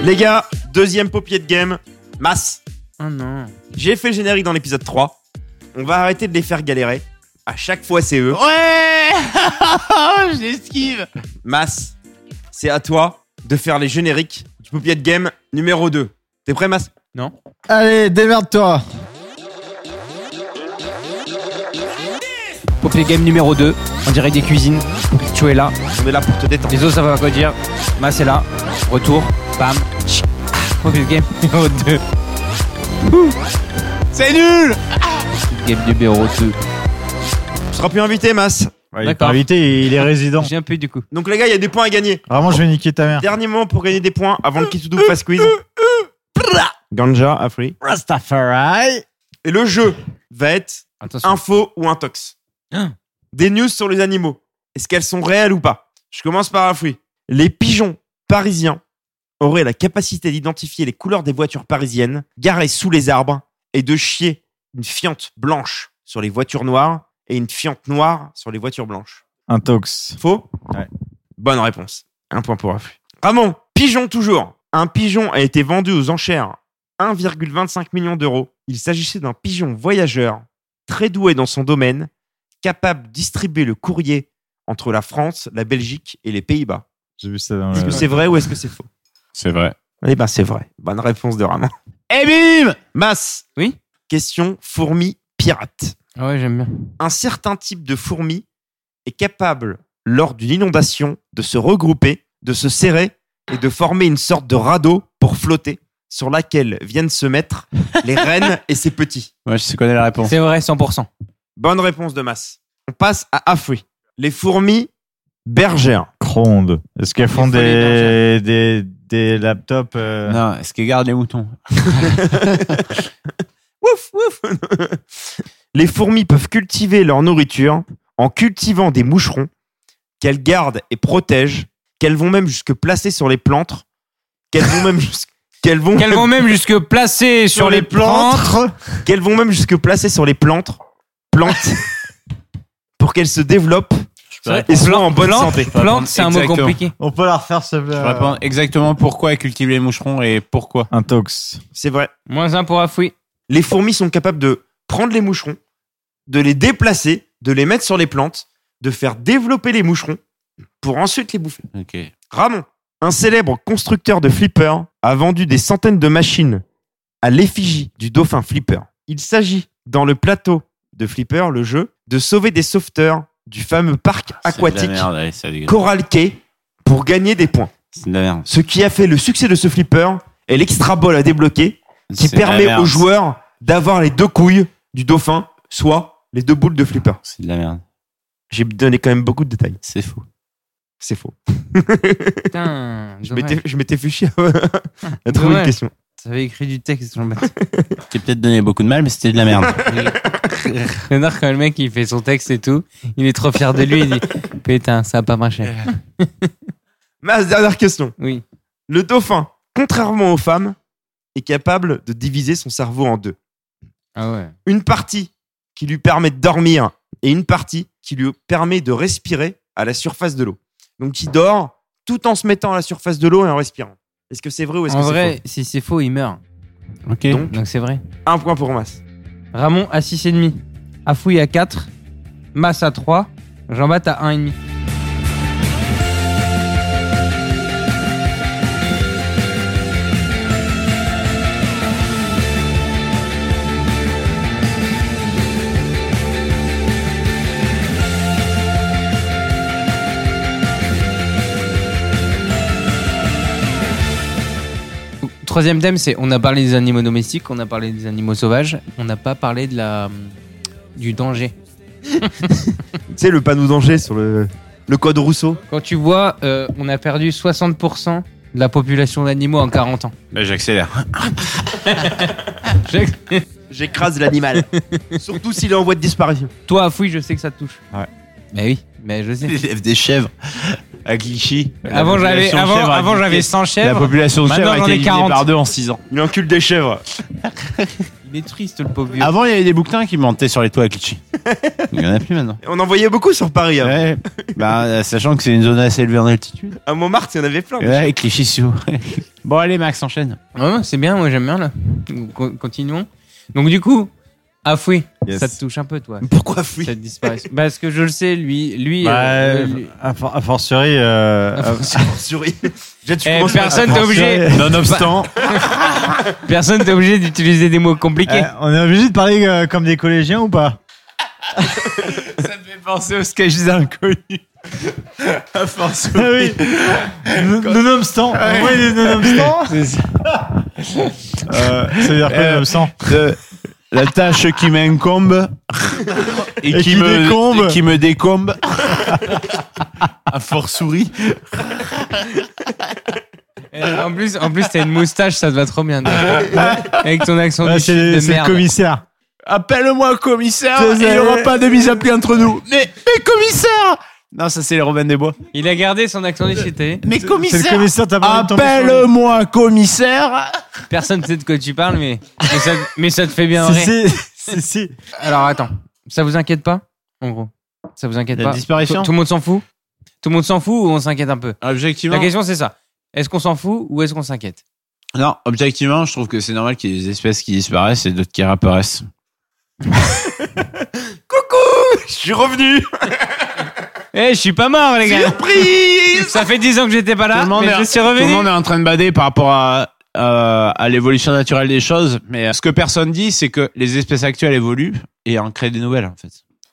Les gars, deuxième paupier de game. Masse.
Oh non.
J'ai fait le générique dans l'épisode 3. On va arrêter de les faire galérer. À chaque fois, c'est eux.
Ouais Je l'esquive
Mas, c'est à toi de faire les génériques du paupier de game numéro 2. T'es prêt, Mas
Allez, démerde-toi.
Poppy Game numéro 2, on dirait des cuisines. Tu es là.
On est là pour te détendre.
Les autres, ça va pas dire. Mas c'est là. Retour. Bam. Tchic. Poppy Game numéro 2.
C'est nul
Game numéro 2.
Tu seras plus invité, Mas.
Ouais, il est
D'accord.
pas invité, il est résident.
J'ai un peu du coup.
Donc, les gars, il y a des points à gagner.
Vraiment, je vais niquer ta mère.
Dernier moment pour gagner des points avant le Kitoudou Fast Quiz. Ganja, Afri.
Rastafari.
Et le jeu va être
Attention.
info ou intox.
Hein
Des news sur les animaux. Est-ce qu'elles sont réelles ou pas Je commence par Afri. Les pigeons parisiens auraient la capacité d'identifier les couleurs des voitures parisiennes garées sous les arbres et de chier une fiente blanche sur les voitures noires et une fiente noire sur les voitures blanches.
Un tox.
Faux
Ouais.
Bonne réponse. Un point pour Afri. Ramon, pigeon toujours. Un pigeon a été vendu aux enchères 1,25 million d'euros. Il s'agissait d'un pigeon voyageur, très doué dans son domaine, capable de distribuer le courrier entre la France, la Belgique et les Pays-Bas.
J'ai vu ça dans
Est-ce que
le...
c'est vrai ou est-ce que c'est faux
C'est vrai.
Eh ben c'est vrai. Bonne réponse de Ramon.
Et bim
Mas,
Oui
Question fourmi pirate.
Ah ouais, j'aime bien.
Un certain type de fourmi est capable, lors d'une inondation, de se regrouper, de se serrer et de former une sorte de radeau pour flotter, sur laquelle viennent se mettre les reines et ses petits.
Moi, je sais connais la réponse.
C'est vrai, 100%.
Bonne réponse de masse. On passe à Afri. Les fourmis bergères.
Cronde. Est-ce qu'elles font
Il faut les
des, des, des laptops euh,
Non, est-ce qu'ils gardent les moutons
Ouf, ouf. Les fourmis peuvent cultiver leur nourriture en cultivant des moucherons qu'elles gardent et protègent, qu'elles vont même jusque placer sur les plantes, qu'elles vont même jusque qu'elles vont
Qu'elles vont même jusque placer sur, les plantes.
qu'elles vont même jusque placer sur les plantes plantes pour qu'elles se développent
répondre.
et soient en bonne
Plante,
santé.
Pas
plante, c'est un mot
exactement.
compliqué.
On peut la refaire, ce
Je réponds exactement pourquoi ils cultivent les moucherons et pourquoi.
Un tox.
C'est vrai.
Moins un pour Afoui.
Les fourmis sont capables de prendre les moucherons, de les déplacer, de les mettre sur les plantes, de faire développer les moucherons pour ensuite les bouffer.
Ok.
Ramon, un célèbre constructeur de flippers, a vendu des centaines de machines à l'effigie du dauphin Flipper. Il s'agit, dans le plateau de Flipper, le jeu, de sauver des sauveteurs du fameux parc
C'est
aquatique
de la merde, allez, ça dégueule.
Coral Cay pour gagner des points.
C'est de la merde.
Ce qui a fait le succès de ce Flipper est l'extra ball à débloquer qui
C'est de la
permet
merde.
aux joueurs d'avoir les deux couilles du dauphin, soit les deux boules de Flipper.
C'est de la merde.
J'ai donné quand même beaucoup de détails.
C'est fou.
C'est faux.
Putain,
Je
dommage.
m'étais- je m'étais fait chier à- à trouver une
Dommage.
question.
T'avais écrit du texte, Jean-Baptiste.
T'es peut-être donné beaucoup de mal, mais c'était de la merde.
Léonard, quand le mec, il fait son texte et tout, il est trop fier de lui, il dit Putain, ça a pas marché.
Ma dernière question.
Oui.
Le dauphin, contrairement aux femmes, est capable de diviser son cerveau en deux.
Ah ouais.
Une partie qui lui permet de dormir et une partie qui lui permet de respirer à la surface de l'eau. Donc il dort tout en se mettant à la surface de l'eau et en respirant. Est-ce que c'est vrai ou est-ce
En
que c'est
vrai, si c'est faux, il meurt.
ok.
Donc-
Donc c'est vrai.
faux Un point pour Mas.
Ramon à 6,5. Afoui à 4. Masse à 3. Jean-Bat à 1,5. Troisième thème, c'est on a parlé des animaux domestiques, on a parlé des animaux sauvages, on n'a pas parlé de la du danger.
Tu sais, le panneau danger sur le, le code Rousseau.
Quand tu vois, euh, on a perdu 60% de la population d'animaux en 40 ans.
Bah, j'accélère.
J'écrase l'animal. Surtout s'il est en voie de disparition.
Toi, à fouille, je sais que ça te touche.
Ouais.
Mais oui, mais je sais.
L'élève des chèvres à Clichy.
Avant, j'avais avant, avant, j'avais 100
La
chèvres.
population de
Maintenant,
chèvres a
j'en ai
été divisée
40.
par deux en 6 ans.
Il encule des chèvres.
Il est triste, le pauvre vieux.
Ah
Avant, il y avait des bouquetins qui montaient sur les toits à Clichy. Il n'y en a plus maintenant.
On en voyait beaucoup sur Paris. hein.
Ouais. Bah, sachant que c'est une zone assez élevée en altitude.
À Montmartre, il y en avait plein.
Ouais, et Clichy sous. Bon, allez, Max, enchaîne.
Ouais, c'est bien, moi j'aime bien là. Con- Continuons. Donc du coup, à fouille,
Yes.
ça te touche un peu, toi.
Pourquoi fuir
Cette disparition. Parce que je le sais, lui, lui.
Bah,
euh, lui-
a, for- a fortiori. euh, a-
Souris. Déjà, tu
Eh,
commences par-
personne
a
t'es
fortiori-
obligé.
Nonobstant,
Bah,
Personne t'es obligé d'utiliser des mots compliqués.
euh, on est obligé de parler euh, comme des collégiens ou pas
Ça me fait penser au sketch des inconnus. À force.
Ah oui Non- Nonobstant Au moins, il est nonobstant Euh, Ça veut dire quoi,
Euh,
nonobstant
de la tâche qui m'incombe et,
qui décombe.
et qui me décombe à fort souris.
Eh, En plus, en plus, t'as une moustache, ça te va trop bien. Avec ton accent
Ouais,
du
Ah. C'est
sud
le
de
c'est le
merde.
commissaire.
Appelle-moi commissaire,
C'est
et il n'y
ça.
aura pas de mise à prix entre nous. Mais, mais commissaire Non, ça c'est les Robin des Bois.
Il a gardé son accent du eh. sud. t'as vu
Mais
C'est le
commissaire
commissaire, t'as pas envie de tomber sur lui.
Appelle-moi commissaire
Personne ne sait de quoi tu parles, mais, mais, ça, mais ça te fait bien
Si,
rire.
si, si, si.
Alors attends, ça vous inquiète pas En gros, ça vous inquiète
La
pas
disparition
Tout- Tout le monde s'en fout Tout le monde s'en fout ou on s'inquiète un peu La
Objectivement,
question c'est ça. Est-ce qu'on s'en fout ou est-ce qu'on s'inquiète
non, objectivement, je trouve que c'est normal qu'il y ait des espèces qui disparaissent et d'autres qui réapparaissent.
Je suis revenu.
Eh, je suis pas mort les gars
Surprise
Ça fait 10 ans que j'étais pas là,
tout, le monde
Ah, mais je
est,
suis
tout le
revenu
monde est en train de bader par rapport à euh, à l'évolution naturelle des choses, mais euh, ce que personne dit, c'est que les espèces actuelles évoluent et en créent des nouvelles, en fait.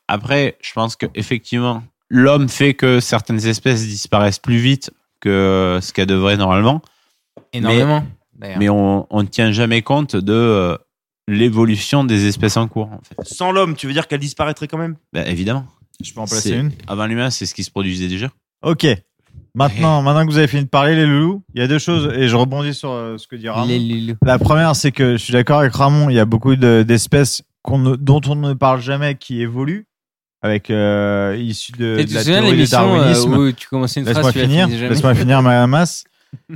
Après, je pense que effectivement, l'homme fait que certaines espèces disparaissent plus vite que ce qu'elles devraient normalement.
Énormément.
Mais,
d'ailleurs.
mais on on ne tient jamais compte de euh, l'évolution des espèces en cours, en fait.
Sans l'homme, tu veux dire qu'elle disparaîtrait quand même
Bah, évidemment.
Je peux en placer
C'est-
une.
Avant l'humain, c'est ce qui se produisait déjà.
Ok. Maintenant, maintenant que vous avez fini de parler, les loulous, il y a deux choses, et je rebondis sur euh, ce que dit Ramon.
Les loulous.
La première, c'est que je suis d'accord avec Ramon, il y a beaucoup de- d'espèces qu'on ne- dont on ne parle jamais qui évoluent, avec euh, issues
Et
de, de
tu te
la
souviens de
théorie du
l'émission euh,
darwinisme.
où tu commençais une
Laisse-moi
phrase, tu la
finir,
finissais jamais
laisse-moi finir ma masse.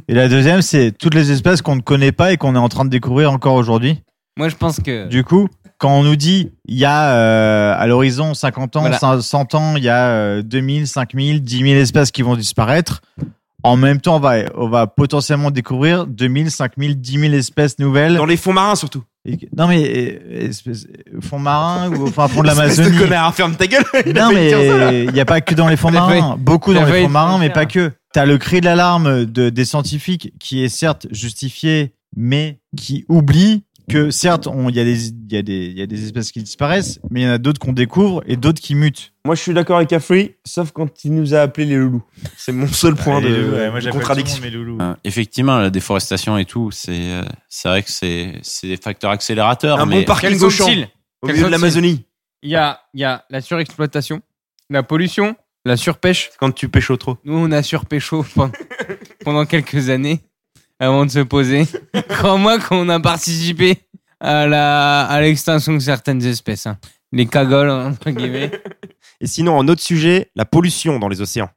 Et la deuxième, c'est toutes les espèces qu'on ne connaît pas et qu'on est en train de découvrir encore aujourd'hui.
Moi, je pense que
Euh, Du coup, quand on nous dit il y a euh, à l'horizon 50 ans,
Voilà.
5- 100 ans, il y a euh, 2000, 5000, 10 000 espèces qui vont disparaître, en même temps, on va, on va potentiellement découvrir 2000, 5000, 10 000 espèces nouvelles.
Dans les fonds marins surtout.
Et que- non mais euh, espèces- fonds marins ou enfin fond de
Espèce de
l'Amazonie.
connard, ferme ta gueule. Il a
Non,
failli dire ça, là.
mais il n'y a pas que dans les fonds
La
marins. Beaucoup
la
dans les
faillite
fonds marins, mais
financière.
pas que. T'as le cri de l'alarme de, des scientifiques qui est certes justifié, mais qui oublie que certes, on- il y, a des- il y, a des- il y a des espèces qui disparaissent, mais il y en a d'autres qu'on découvre et d'autres qui mutent.
Moi, je suis d'accord avec Afri, sauf quand il nous a appelé les loulous. C'est mon seul point de, de contradiction.
Euh, effectivement, la déforestation et tout, c'est euh, c'est vrai que c'est c'est des facteurs accélérateurs.
Un
mais
bon parking
quels
gauchant
sont-ils
au
Quels
milieu
sont-ils
de l'Amazonie.
Il y a, il y a la surexploitation, la pollution, la surpêche.
Quand tu pêches au trop.
Nous, on a surpêcho pendant, pendant quelques années avant de se poser. Crois-moi qu'on a participé à la à l'extinction de certaines espèces. hein. Les cagoles, hein, entre guillemets.
Et sinon, en autre sujet, la pollution dans les océans.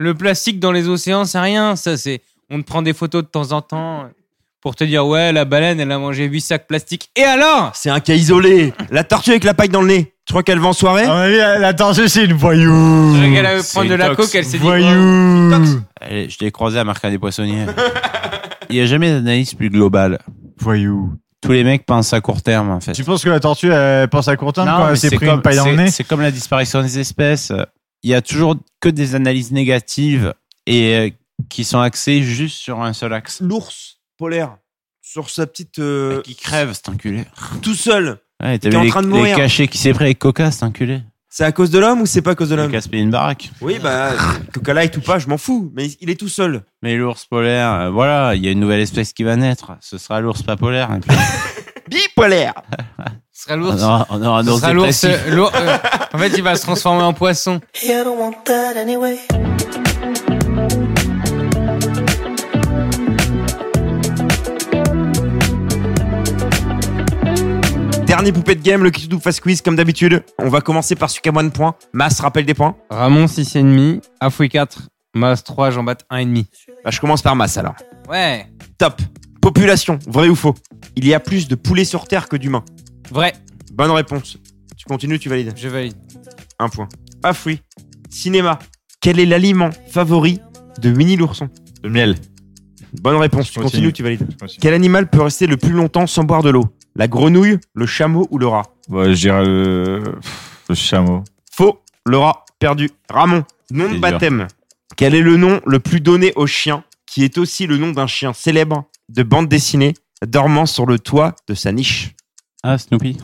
Le plastique dans les océans, c'est rien. Ça, c'est. On te prend des photos de temps en temps pour te dire ouais, la baleine, elle a mangé 8 sacs plastiques. Et alors
C'est un cas isolé. La tortue avec la paille dans le nez. Tu crois qu'elle va en soirée
À mon avis, la la tortue, c'est une voyou.
Elle allait
Mmh, c'est
prendre de
une
la
tox.
coke, elle s'est dit. oh,
euh,
Voyou.
Allez, Ben, je l'ai croisé à Marca des Poissonniers. Il n'y a jamais d'analyse plus globale.
Voyou.
Tous les mecs pensent à court terme, en fait.
Tu penses que la tortue elle pense à court terme
Non,
quand
mais
elle s'est
c'est
pris une
comme-
paille dans le
c'est-
nez
C'est comme la disparition des espèces. Il y a toujours que des analyses négatives et euh, qui sont axées juste sur un seul axe.
L'ours polaire sur sa petite euh,
qui crève, cet enculé.
tout seul.
Ouais,
qui
t'as
est
vu
en
les,
train de
les
mourir.
cachets qui s'est pris avec Coca, cet enculé.
C'est à cause de l'homme ou c'est pas à cause de
Il a
l'homme
cassé une baraque.
Oui, bah Coca Light ou pas, je m'en fous. Mais il est tout seul.
Mais l'ours polaire, euh, voilà, il y a une nouvelle espèce qui va naître. Ce sera l'ours pas polaire. Et puis,
Bipolaire.
Ce sera
on
l'ours.
aura, on aura un
Ce
ours
sera l'ours.
dépressif.
euh, l'ours, euh, en fait, il va se transformer en poisson.
Yeah, I don't want that anyway.
Dernier poupée de game, le Kitou Fast Quiz comme d'habitude. On va commencer par Sucam One point. Mass rappelle des points.
Ramon 6,5, Afoui 4, Mas 3, jean bat 1,5.
Bah, je commence par Mass alors.
Ouais,
Top. Population, vrai ou faux Il y a plus de poulets sur Terre que d'humains.
vrai,
Bonne réponse. Tu continues, tu valides.
je valide.
Un point. Afoui. Cinéma. Quel est l'aliment favori de Winnie l'ourson
Le miel.
Bonne réponse.
Je
Tu
continue.
continues, tu valides. Quel animal peut rester le plus longtemps sans boire de l'eau La grenouille, le chameau ou le rat
Bon, je dirais le... le chameau.
Faux. Le rat. Perdu. Ramon. Nom
C'est
de
dur.
baptême. Quel est le nom le plus donné au chien, qui est aussi le nom d'un chien célèbre de bande dessinée dormant sur le toit de sa niche
Ah, Snoopy.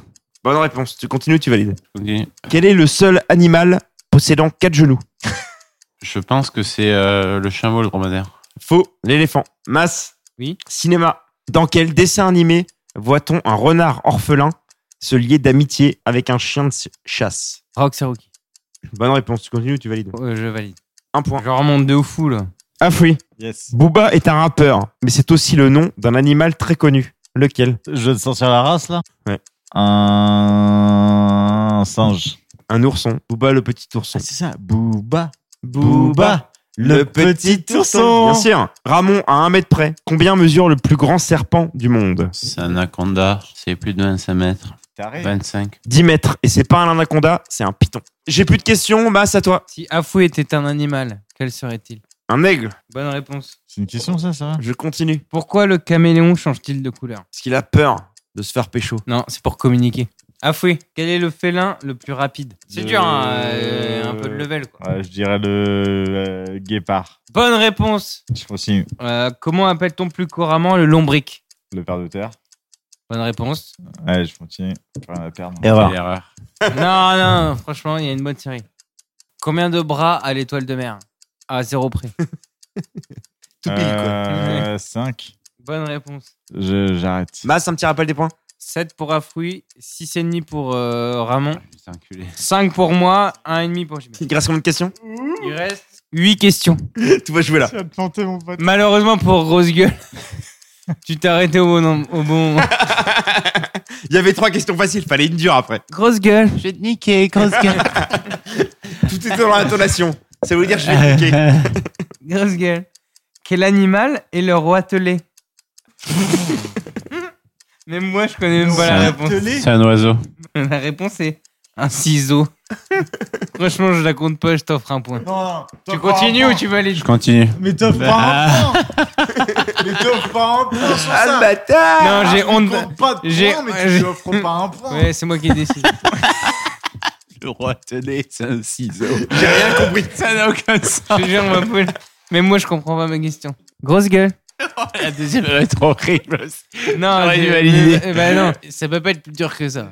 Bonne réponse. Tu continues, tu valides.
Ok.
Quel est le seul animal possédant quatre genoux
Je pense que c'est euh, le chameau, le dromadaire.
Faux. L'éléphant. Masse.
Oui.
Cinéma. Dans quel dessin animé voit-on un renard orphelin se lier d'amitié avec un chien de chasse
Rock, c'est Rocky.
Bonne réponse. Tu continues, tu valides.
Euh, je valide.
Un point.
Je remonte de fou là.
Ah oui.
Yes.
Booba est un rappeur, mais c'est aussi le nom d'un animal très connu. Lequel
Je veux te sortir la race là
Ouais.
Un, un singe.
Un ourson. Booba, le petit
Ah,
ourson.
c'est ça, Booba.
Booba, Bien sûr. Ramon, à un mètre près, combien mesure le plus grand serpent du monde
C'est un anaconda. C'est plus de 25 mètres.
Bah,
25.
10 mètres. Et c'est pas un anaconda, c'est un python. J'ai plus de questions, Mass, à toi.
Si Afoui était un animal, quel serait-il
Un aigle.
Bonne réponse.
C'est une question ça, ça
Je continue.
Pourquoi le caméléon change-t-il de couleur
Parce qu'il a peur de se faire pécho.
Non, c'est pour communiquer. Ah fouille, quel est le félin le plus rapide C'est
Le-
dur, hein, euh, un peu de level. Quoi.
Ouais, je dirais le euh, guépard.
Bonne réponse.
Je continue.
Euh, comment appelle-t-on plus couramment le lombric
Le père de terre.
Bonne réponse.
Ouais, je continue. J'ai Rien à perdre.
Erreur.
Erreur.
non, non, franchement, il y a une bonne série. Combien de bras a l'étoile de mer À zéro près.
Tout pile, quoi.
Euh, 5.
Bonne réponse.
J'arrête.
Mas, un petit rappel des points.
7 pour Afoui, 6,5 pour euh, Ramon,
Ah, Putain, enculé.
5 pour moi, 1,5 pour JB.
Il te reste combien de questions
Il reste 8 questions.
Tout va jouer là.
Tu vas te planter, mon pote.
Malheureusement pour Grosse Gueule, tu t'es arrêté au bon, nom- au bon moment.
Il y avait trois questions faciles, fallait une dure après.
Grosse Gueule,
Je vais te niquer, grosse gueule.
Tout était dans l'intonation. Ça veut dire que je vais cliquer.
Grosse gueule. Quel animal est le roitelet Même moi, je connais même pas la réponse.
C'est un oiseau.
La réponse est un ciseau. Franchement, je la compte pas, je t'offre un point.
Non,
Tu continues ou tu valides
Je continue.
Mais t'offres pas un point Mais t'offres pas un point sur
Ah, le
ça
bâtard
Non, j'ai honte. de-
T'offres pas de
j'ai-
point, mais
j'ai-
tu lui offres pas un point
Ouais, c'est moi qui décide.
Le roi tenez, c'est un ciseau.
J'ai rien compris.
Ça n'a aucun sens.
je te jure, ma poule. Même moi, je comprends pas ma question. Grosse gueule.
La deuxième va être horrible.
Non,
J'aurais
j'ai-
dû valider.
Eh ben non, ça peut pas être plus dur que ça.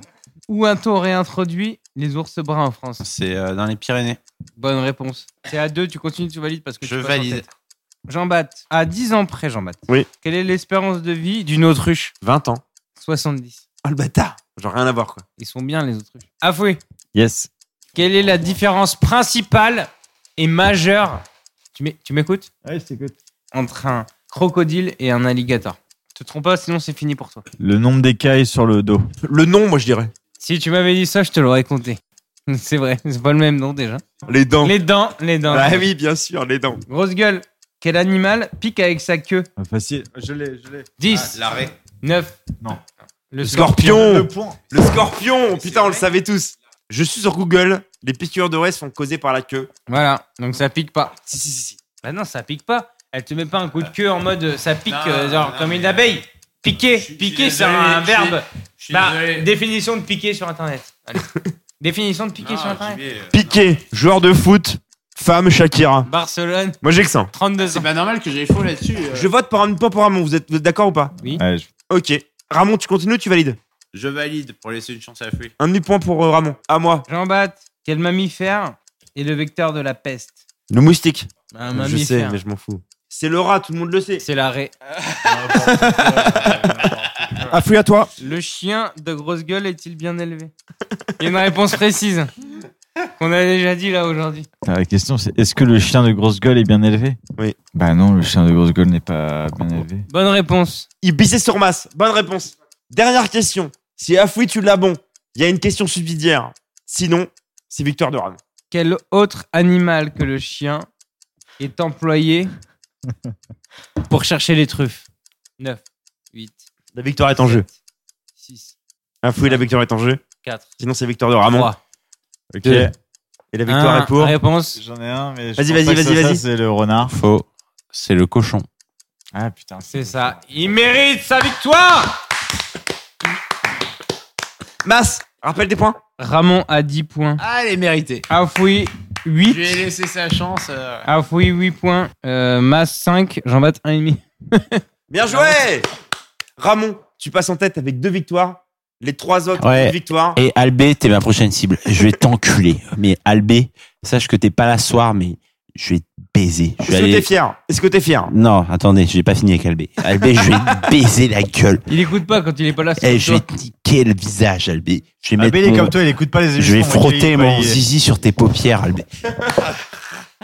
Où a-t-on réintroduit les ours bruns en France
C'est euh, dans les Pyrénées.
Bonne réponse. C'est à deux, tu continues, tu valides parce que
Je
tu passes en
valide.
tête. Jean Bat, à 10 ans près, Jean Bat.
Oui.
Quelle est l'espérance de vie d'une autruche
20 ans.
70.
Oh le bâtard J'en ai rien à voir quoi.
Ils sont bien les autruches. Afoué,
Yes.
quelle est la différence principale et majeure Tu m'é- tu m'écoutes
Ouais, je t'écoute.
Entre un crocodile et un alligator. Te trompe pas, sinon c'est fini pour toi.
Le nombre d'écailles sur le dos.
Le nom, moi je dirais.
Si tu m'avais dit ça, je te l'aurais compté. C'est vrai, c'est pas le même nom déjà.
Les dents.
Les dents, les dents.
Ah Oh. oui, bien sûr, les dents.
Grosse gueule, quel animal pique avec sa queue
Facile. Je l'ai, je l'ai.
10,
L'arrêt.
9.
Non.
Le
Ah, Le
scorpion.
scorpion
Le point.
Le scorpion Putain, on le savait tous. Je suis sur Google, les piqûres de raies sont causées par la queue.
Voilà, donc ça pique pas.
Si, si, si. si.
Bah non, ça pique pas. Elle te met pas un coup de queue en mode euh, ça pique,
Non,
euh, genre
non,
comme
mais-
une abeille. Piquer,
Je suis- je suis
piquer, c'est
désolé,
un
je suis-
verbe. Bah, définition de piquer sur internet. Allez. définition de piquer sur internet.
Piqué, joueur de foot, femme Shakira.
Barcelone,
Moi j'ai que ça. hein.
32 ans.
pas normal que j'ai faux là-dessus. euh.
Je vote pour un pas pour Ramon, vous êtes, vous êtes d'accord ou pas
Ouais, je-
Ok. Ramon, tu continues, tu valides.
Je valide pour laisser une chance à Fouille.
Un demi-point pour euh, Ramon. À moi.
Jean Bat, quel mammifère est le vecteur de la peste
Le moustique.
Bah, Un
je sais,
mammifère.
mais je m'en fous. C'est le rat, tout le monde le sait.
C'est la raie. Ah,
Afflux à toi.
Le chien de grosse gueule est-il bien élevé Il y a une réponse précise qu'on a déjà dit là aujourd'hui.
Ah, La question, c'est est-ce que le chien de grosse gueule est bien élevé
Oui.
Bah non, le chien de grosse gueule n'est pas bien élevé.
Bonne réponse.
Il bissait sur masse. Bonne réponse. Dernière question. Si Afoui, tu l'as bon, il y a une question subsidiaire. Sinon, c'est victoire de Ramon.
Quel autre animal que le chien est employé pour chercher les truffes 9, 8,
La victoire est en jeu.
6,
Afoui, la victoire est en jeu.
4,
Sinon, c'est victoire de Ramon.
3.
Ok.
Deux. Et Ah la victoire est pour.
Réponse
J'en ai un, mais. je
Vas-y,
pense
vas-y,
pas que
vas-y,
ça,
vas-y.
C'est le renard.
Faux. C'est le cochon.
Ah putain.
c'est ça. Il mérite sa victoire
Mas, rappelle des points.
Ramon a 10 points.
Ah, elle est méritée.
Afoui,
Je lui ai
8.
laissé sa chance. euh.
Afoui, 8 points. Euh, Mas, 5. Jean-Baptiste, 1,5.
Bien joué Ramon, tu passes en tête avec deux victoires. Les trois autres
Ouais.
une victoire.
Et Albé, t'es ma prochaine cible. Je vais t'enculer. Mais Albé, sache que t'es pas là ce soir, mais je vais te baiser. Je vais
Est-ce que t'es
aller.
fier Est-ce que t'es fier
Non, attendez, j'ai pas fini avec Albé. Albé, je vais te baiser la gueule.
Il écoute pas quand il est pas là.
Et
c'est
Eh, je
toi.
vais te niquer le visage, Albé. Je vais
Ah,
mettre
mais il est
mon-
comme toi, il écoute pas les émissions.
Je vais
donc il-
frotter
il-
mon
il-
zizi sur tes paupières, Albé.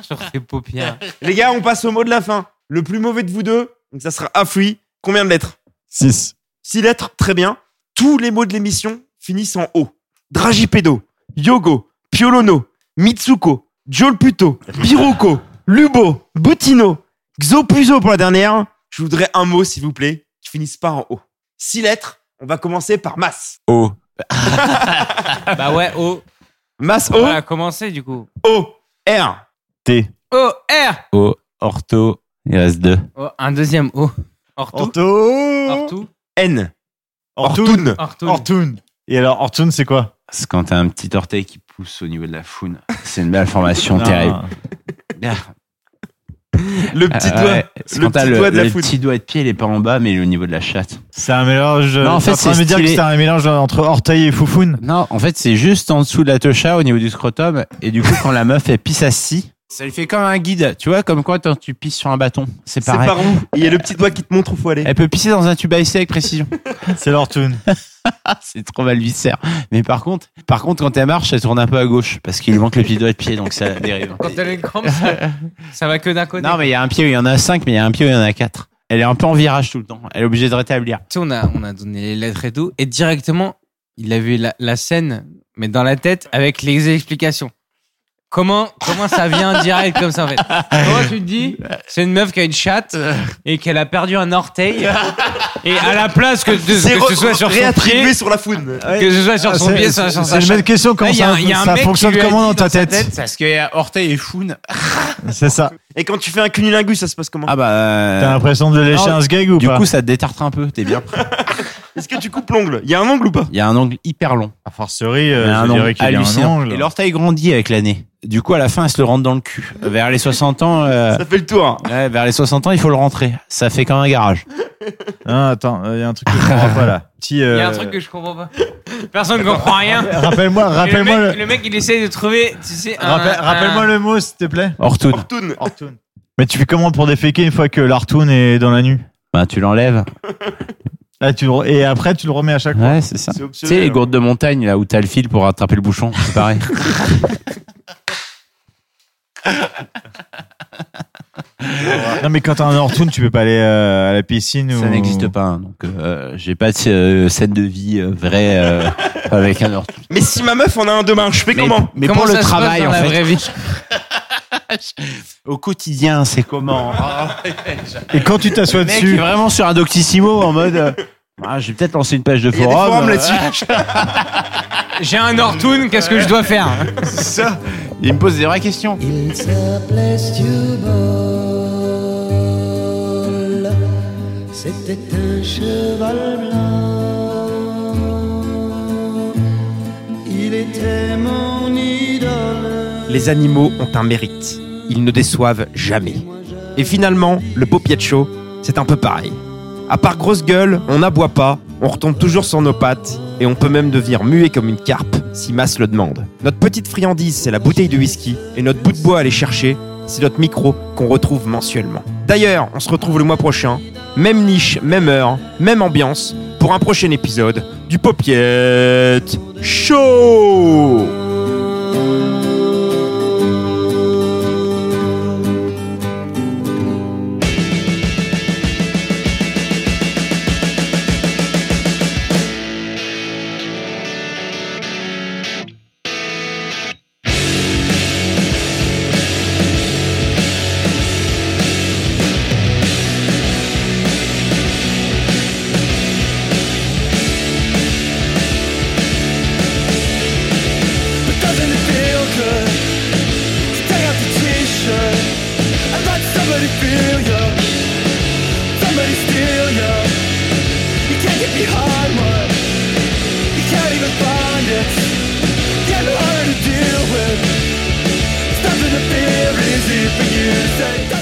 sur tes paupières.
Les gars, on passe au mot de la fin. Le plus mauvais de vous deux, donc ça sera Afoui. Combien de lettres
6.
6 lettres, très bien. Tous les mots de l'émission finissent en O. Dragipedo, Yogo, Piolono, Mitsuko, Jolputo, Biroko, Lubo, Bottino, Xopuzo pour la dernière. Je voudrais un mot, s'il vous plaît, qui finisse pas en O. 6 lettres, on va commencer par Mas.
Oh.
bah ouais, oh.
Mas
On
O,
va commencer du coup.
O, R.
T.
Oh, R
Oh. Ortho. Il reste deux.
Oh, Un deuxième O. Ortou.
Orto.
Ortou.
N.
Ortoun.
Ortou.
Ortoun. Et alors, Orton, c'est quoi
C'est quand t'as un petit orteil qui pousse au niveau de la foune. C'est une malformation terrible.
Le petit
Ah
doigt.
ouais, c'est
le
quand t'as
petit
le,
doigt de la
le
foudre.
petit doigt de pied, il est pas en bas, mais il est au niveau de la chatte.
C'est un mélange.
Non, en fait,
t'es train de
c'est
me dire que
stylé.
c'est un mélange entre orteil et foufoune.
Non, en fait, c'est juste en dessous de la tocha, au niveau du scrotum. Et du coup, quand la meuf, elle pisse assis, ça lui fait comme un guide. Tu vois, comme quoi, quand tu pisses sur un bâton, c'est
C'est
pareil. Eh,
par où Il y a le petit doigt qui te montre où faut aller.
Elle peut pisser dans un tube à essai avec précision.
C'est l'Ortoon.
Ah, c'est trop malvicère. Mais par contre, par contre, quand elle marche, elle tourne un peu à gauche parce qu'il lui manque le petit doigt de pied, donc ça dérive.
Quand elle est grande, ça, ça va que d'un côté.
Non, mais il y a un pied où il y en a cinq, mais il y a un pied où il y en a quatre. Elle est un peu en virage tout le temps. Elle est obligée de rétablir.
Tu sais, on a, on a donné les lettres et tout, et directement, il a vu la, la scène, mais dans la tête, avec les explications. Comment, comment ça vient direct comme ça, en fait Comment tu te dis, c'est une meuf qui a une chatte et qu'elle a perdu un orteil, et à la place que, de-
C'est
que ce
re-
soit sur son
réattribué
pied,
sur la foudre.
que ce soit sur son pied, soit sur sa
Ah, C'est la
chatte.
même question. Comment
Là, il y a un-
ça,
il y a un
ça
mec qui
fonctionne
lui a
comment
dit
dans ta
sa
tête,
Parce qu'il y a orteil et foune.
C'est ça.
Et quand tu fais un cunilingus, ça se passe comment
Ah
T'as
bah.
l'impression de lécher
non,
un sgeg ou
Du
pas
coup, ça te détarte un peu. T'es bien prêt.
Est-ce que tu coupes l'ongle Il y a un ongle ou pas
Il y a un ongle hyper long.
A fortiori,
Il y a
euh,
un
je
ongle
dirais qu'il y a un
hallucinant.
angle.
Et l'orteil grandit avec l'année. Du coup, à la fin, elle se le rentre dans le cul. Vers les 60 ans, euh,
Ça fait le tour. hein.
ouais, vers les 60 ans, il faut le rentrer. Ça fait comme un garage.
Ah, attends, il y a un truc que je comprends pas là. Petit,
Il
euh,
y a un truc que je comprends pas. Personne ne comprend rien.
Rappelle-moi,
Et le,
rappelle-moi
mec,
le.
le mec, il essaye de trouver, tu sais, un-
rappelle-
un-
Rappelle-moi le mot, s'il te plaît.
Ortoun.
Ortoun.
Ortoon. Mais tu fais comment pour déféquer une fois que l'Artoon est dans la nuit
Bah, tu l'enlèves.
Là, tu le re- Et après, tu le remets à chaque fois.
Ouais, c'est ça.
C'est
Tu sais, les
optionnel. hein.
gourdes de montagne, là où t'as le fil pour attraper le bouchon, c'est pareil.
Non, mais quand t'as un Ortoon, tu peux pas aller euh, à la piscine ou.
ça n'existe pas. hein. donc, euh, j'ai pas de euh, scène de vie euh, vraie euh, avec un orteil.
Mais si ma meuf en a un demain, je fais comment
mais
Comment
pour le
ça se passe
travail,
dans
en
la
fait.
vraie vie
Au quotidien, c'est comment Ah,
Et quand tu t'assois
Le mec est
dessus.
vraiment sur un doctissimo en mode. euh, ah, je vais peut-être lancer une page de
Il y a
forum.
des forums
euh,
là-dessus.
J'ai un Ortoon, qu'est-ce que je dois faire
ça. Il me pose des vraies questions.
C'était un cheval blanc. Il était mon idole.
Les animaux ont un mérite. Ils ne déçoivent jamais. Et finalement, le beau Pietcho, c'est un peu pareil. À part grosse gueule, on n'aboie pas, on retombe toujours sur nos pattes, et on peut même devenir muet comme une carpe, si Masse le demande. Notre petite friandise, c'est la bouteille de whisky, et notre bout de bois à aller chercher, c'est notre micro qu'on retrouve mensuellement. D'ailleurs, on se retrouve le mois prochain, même niche, même heure, même ambiance, pour un prochain épisode du Popiette Show
But doesn't it feel good to take out the t-shirt and let somebody feel you? Somebody steal you. You can't get behind one. You can't even find it. Getting harder to deal with. It's nothing to feel easy for you. Say,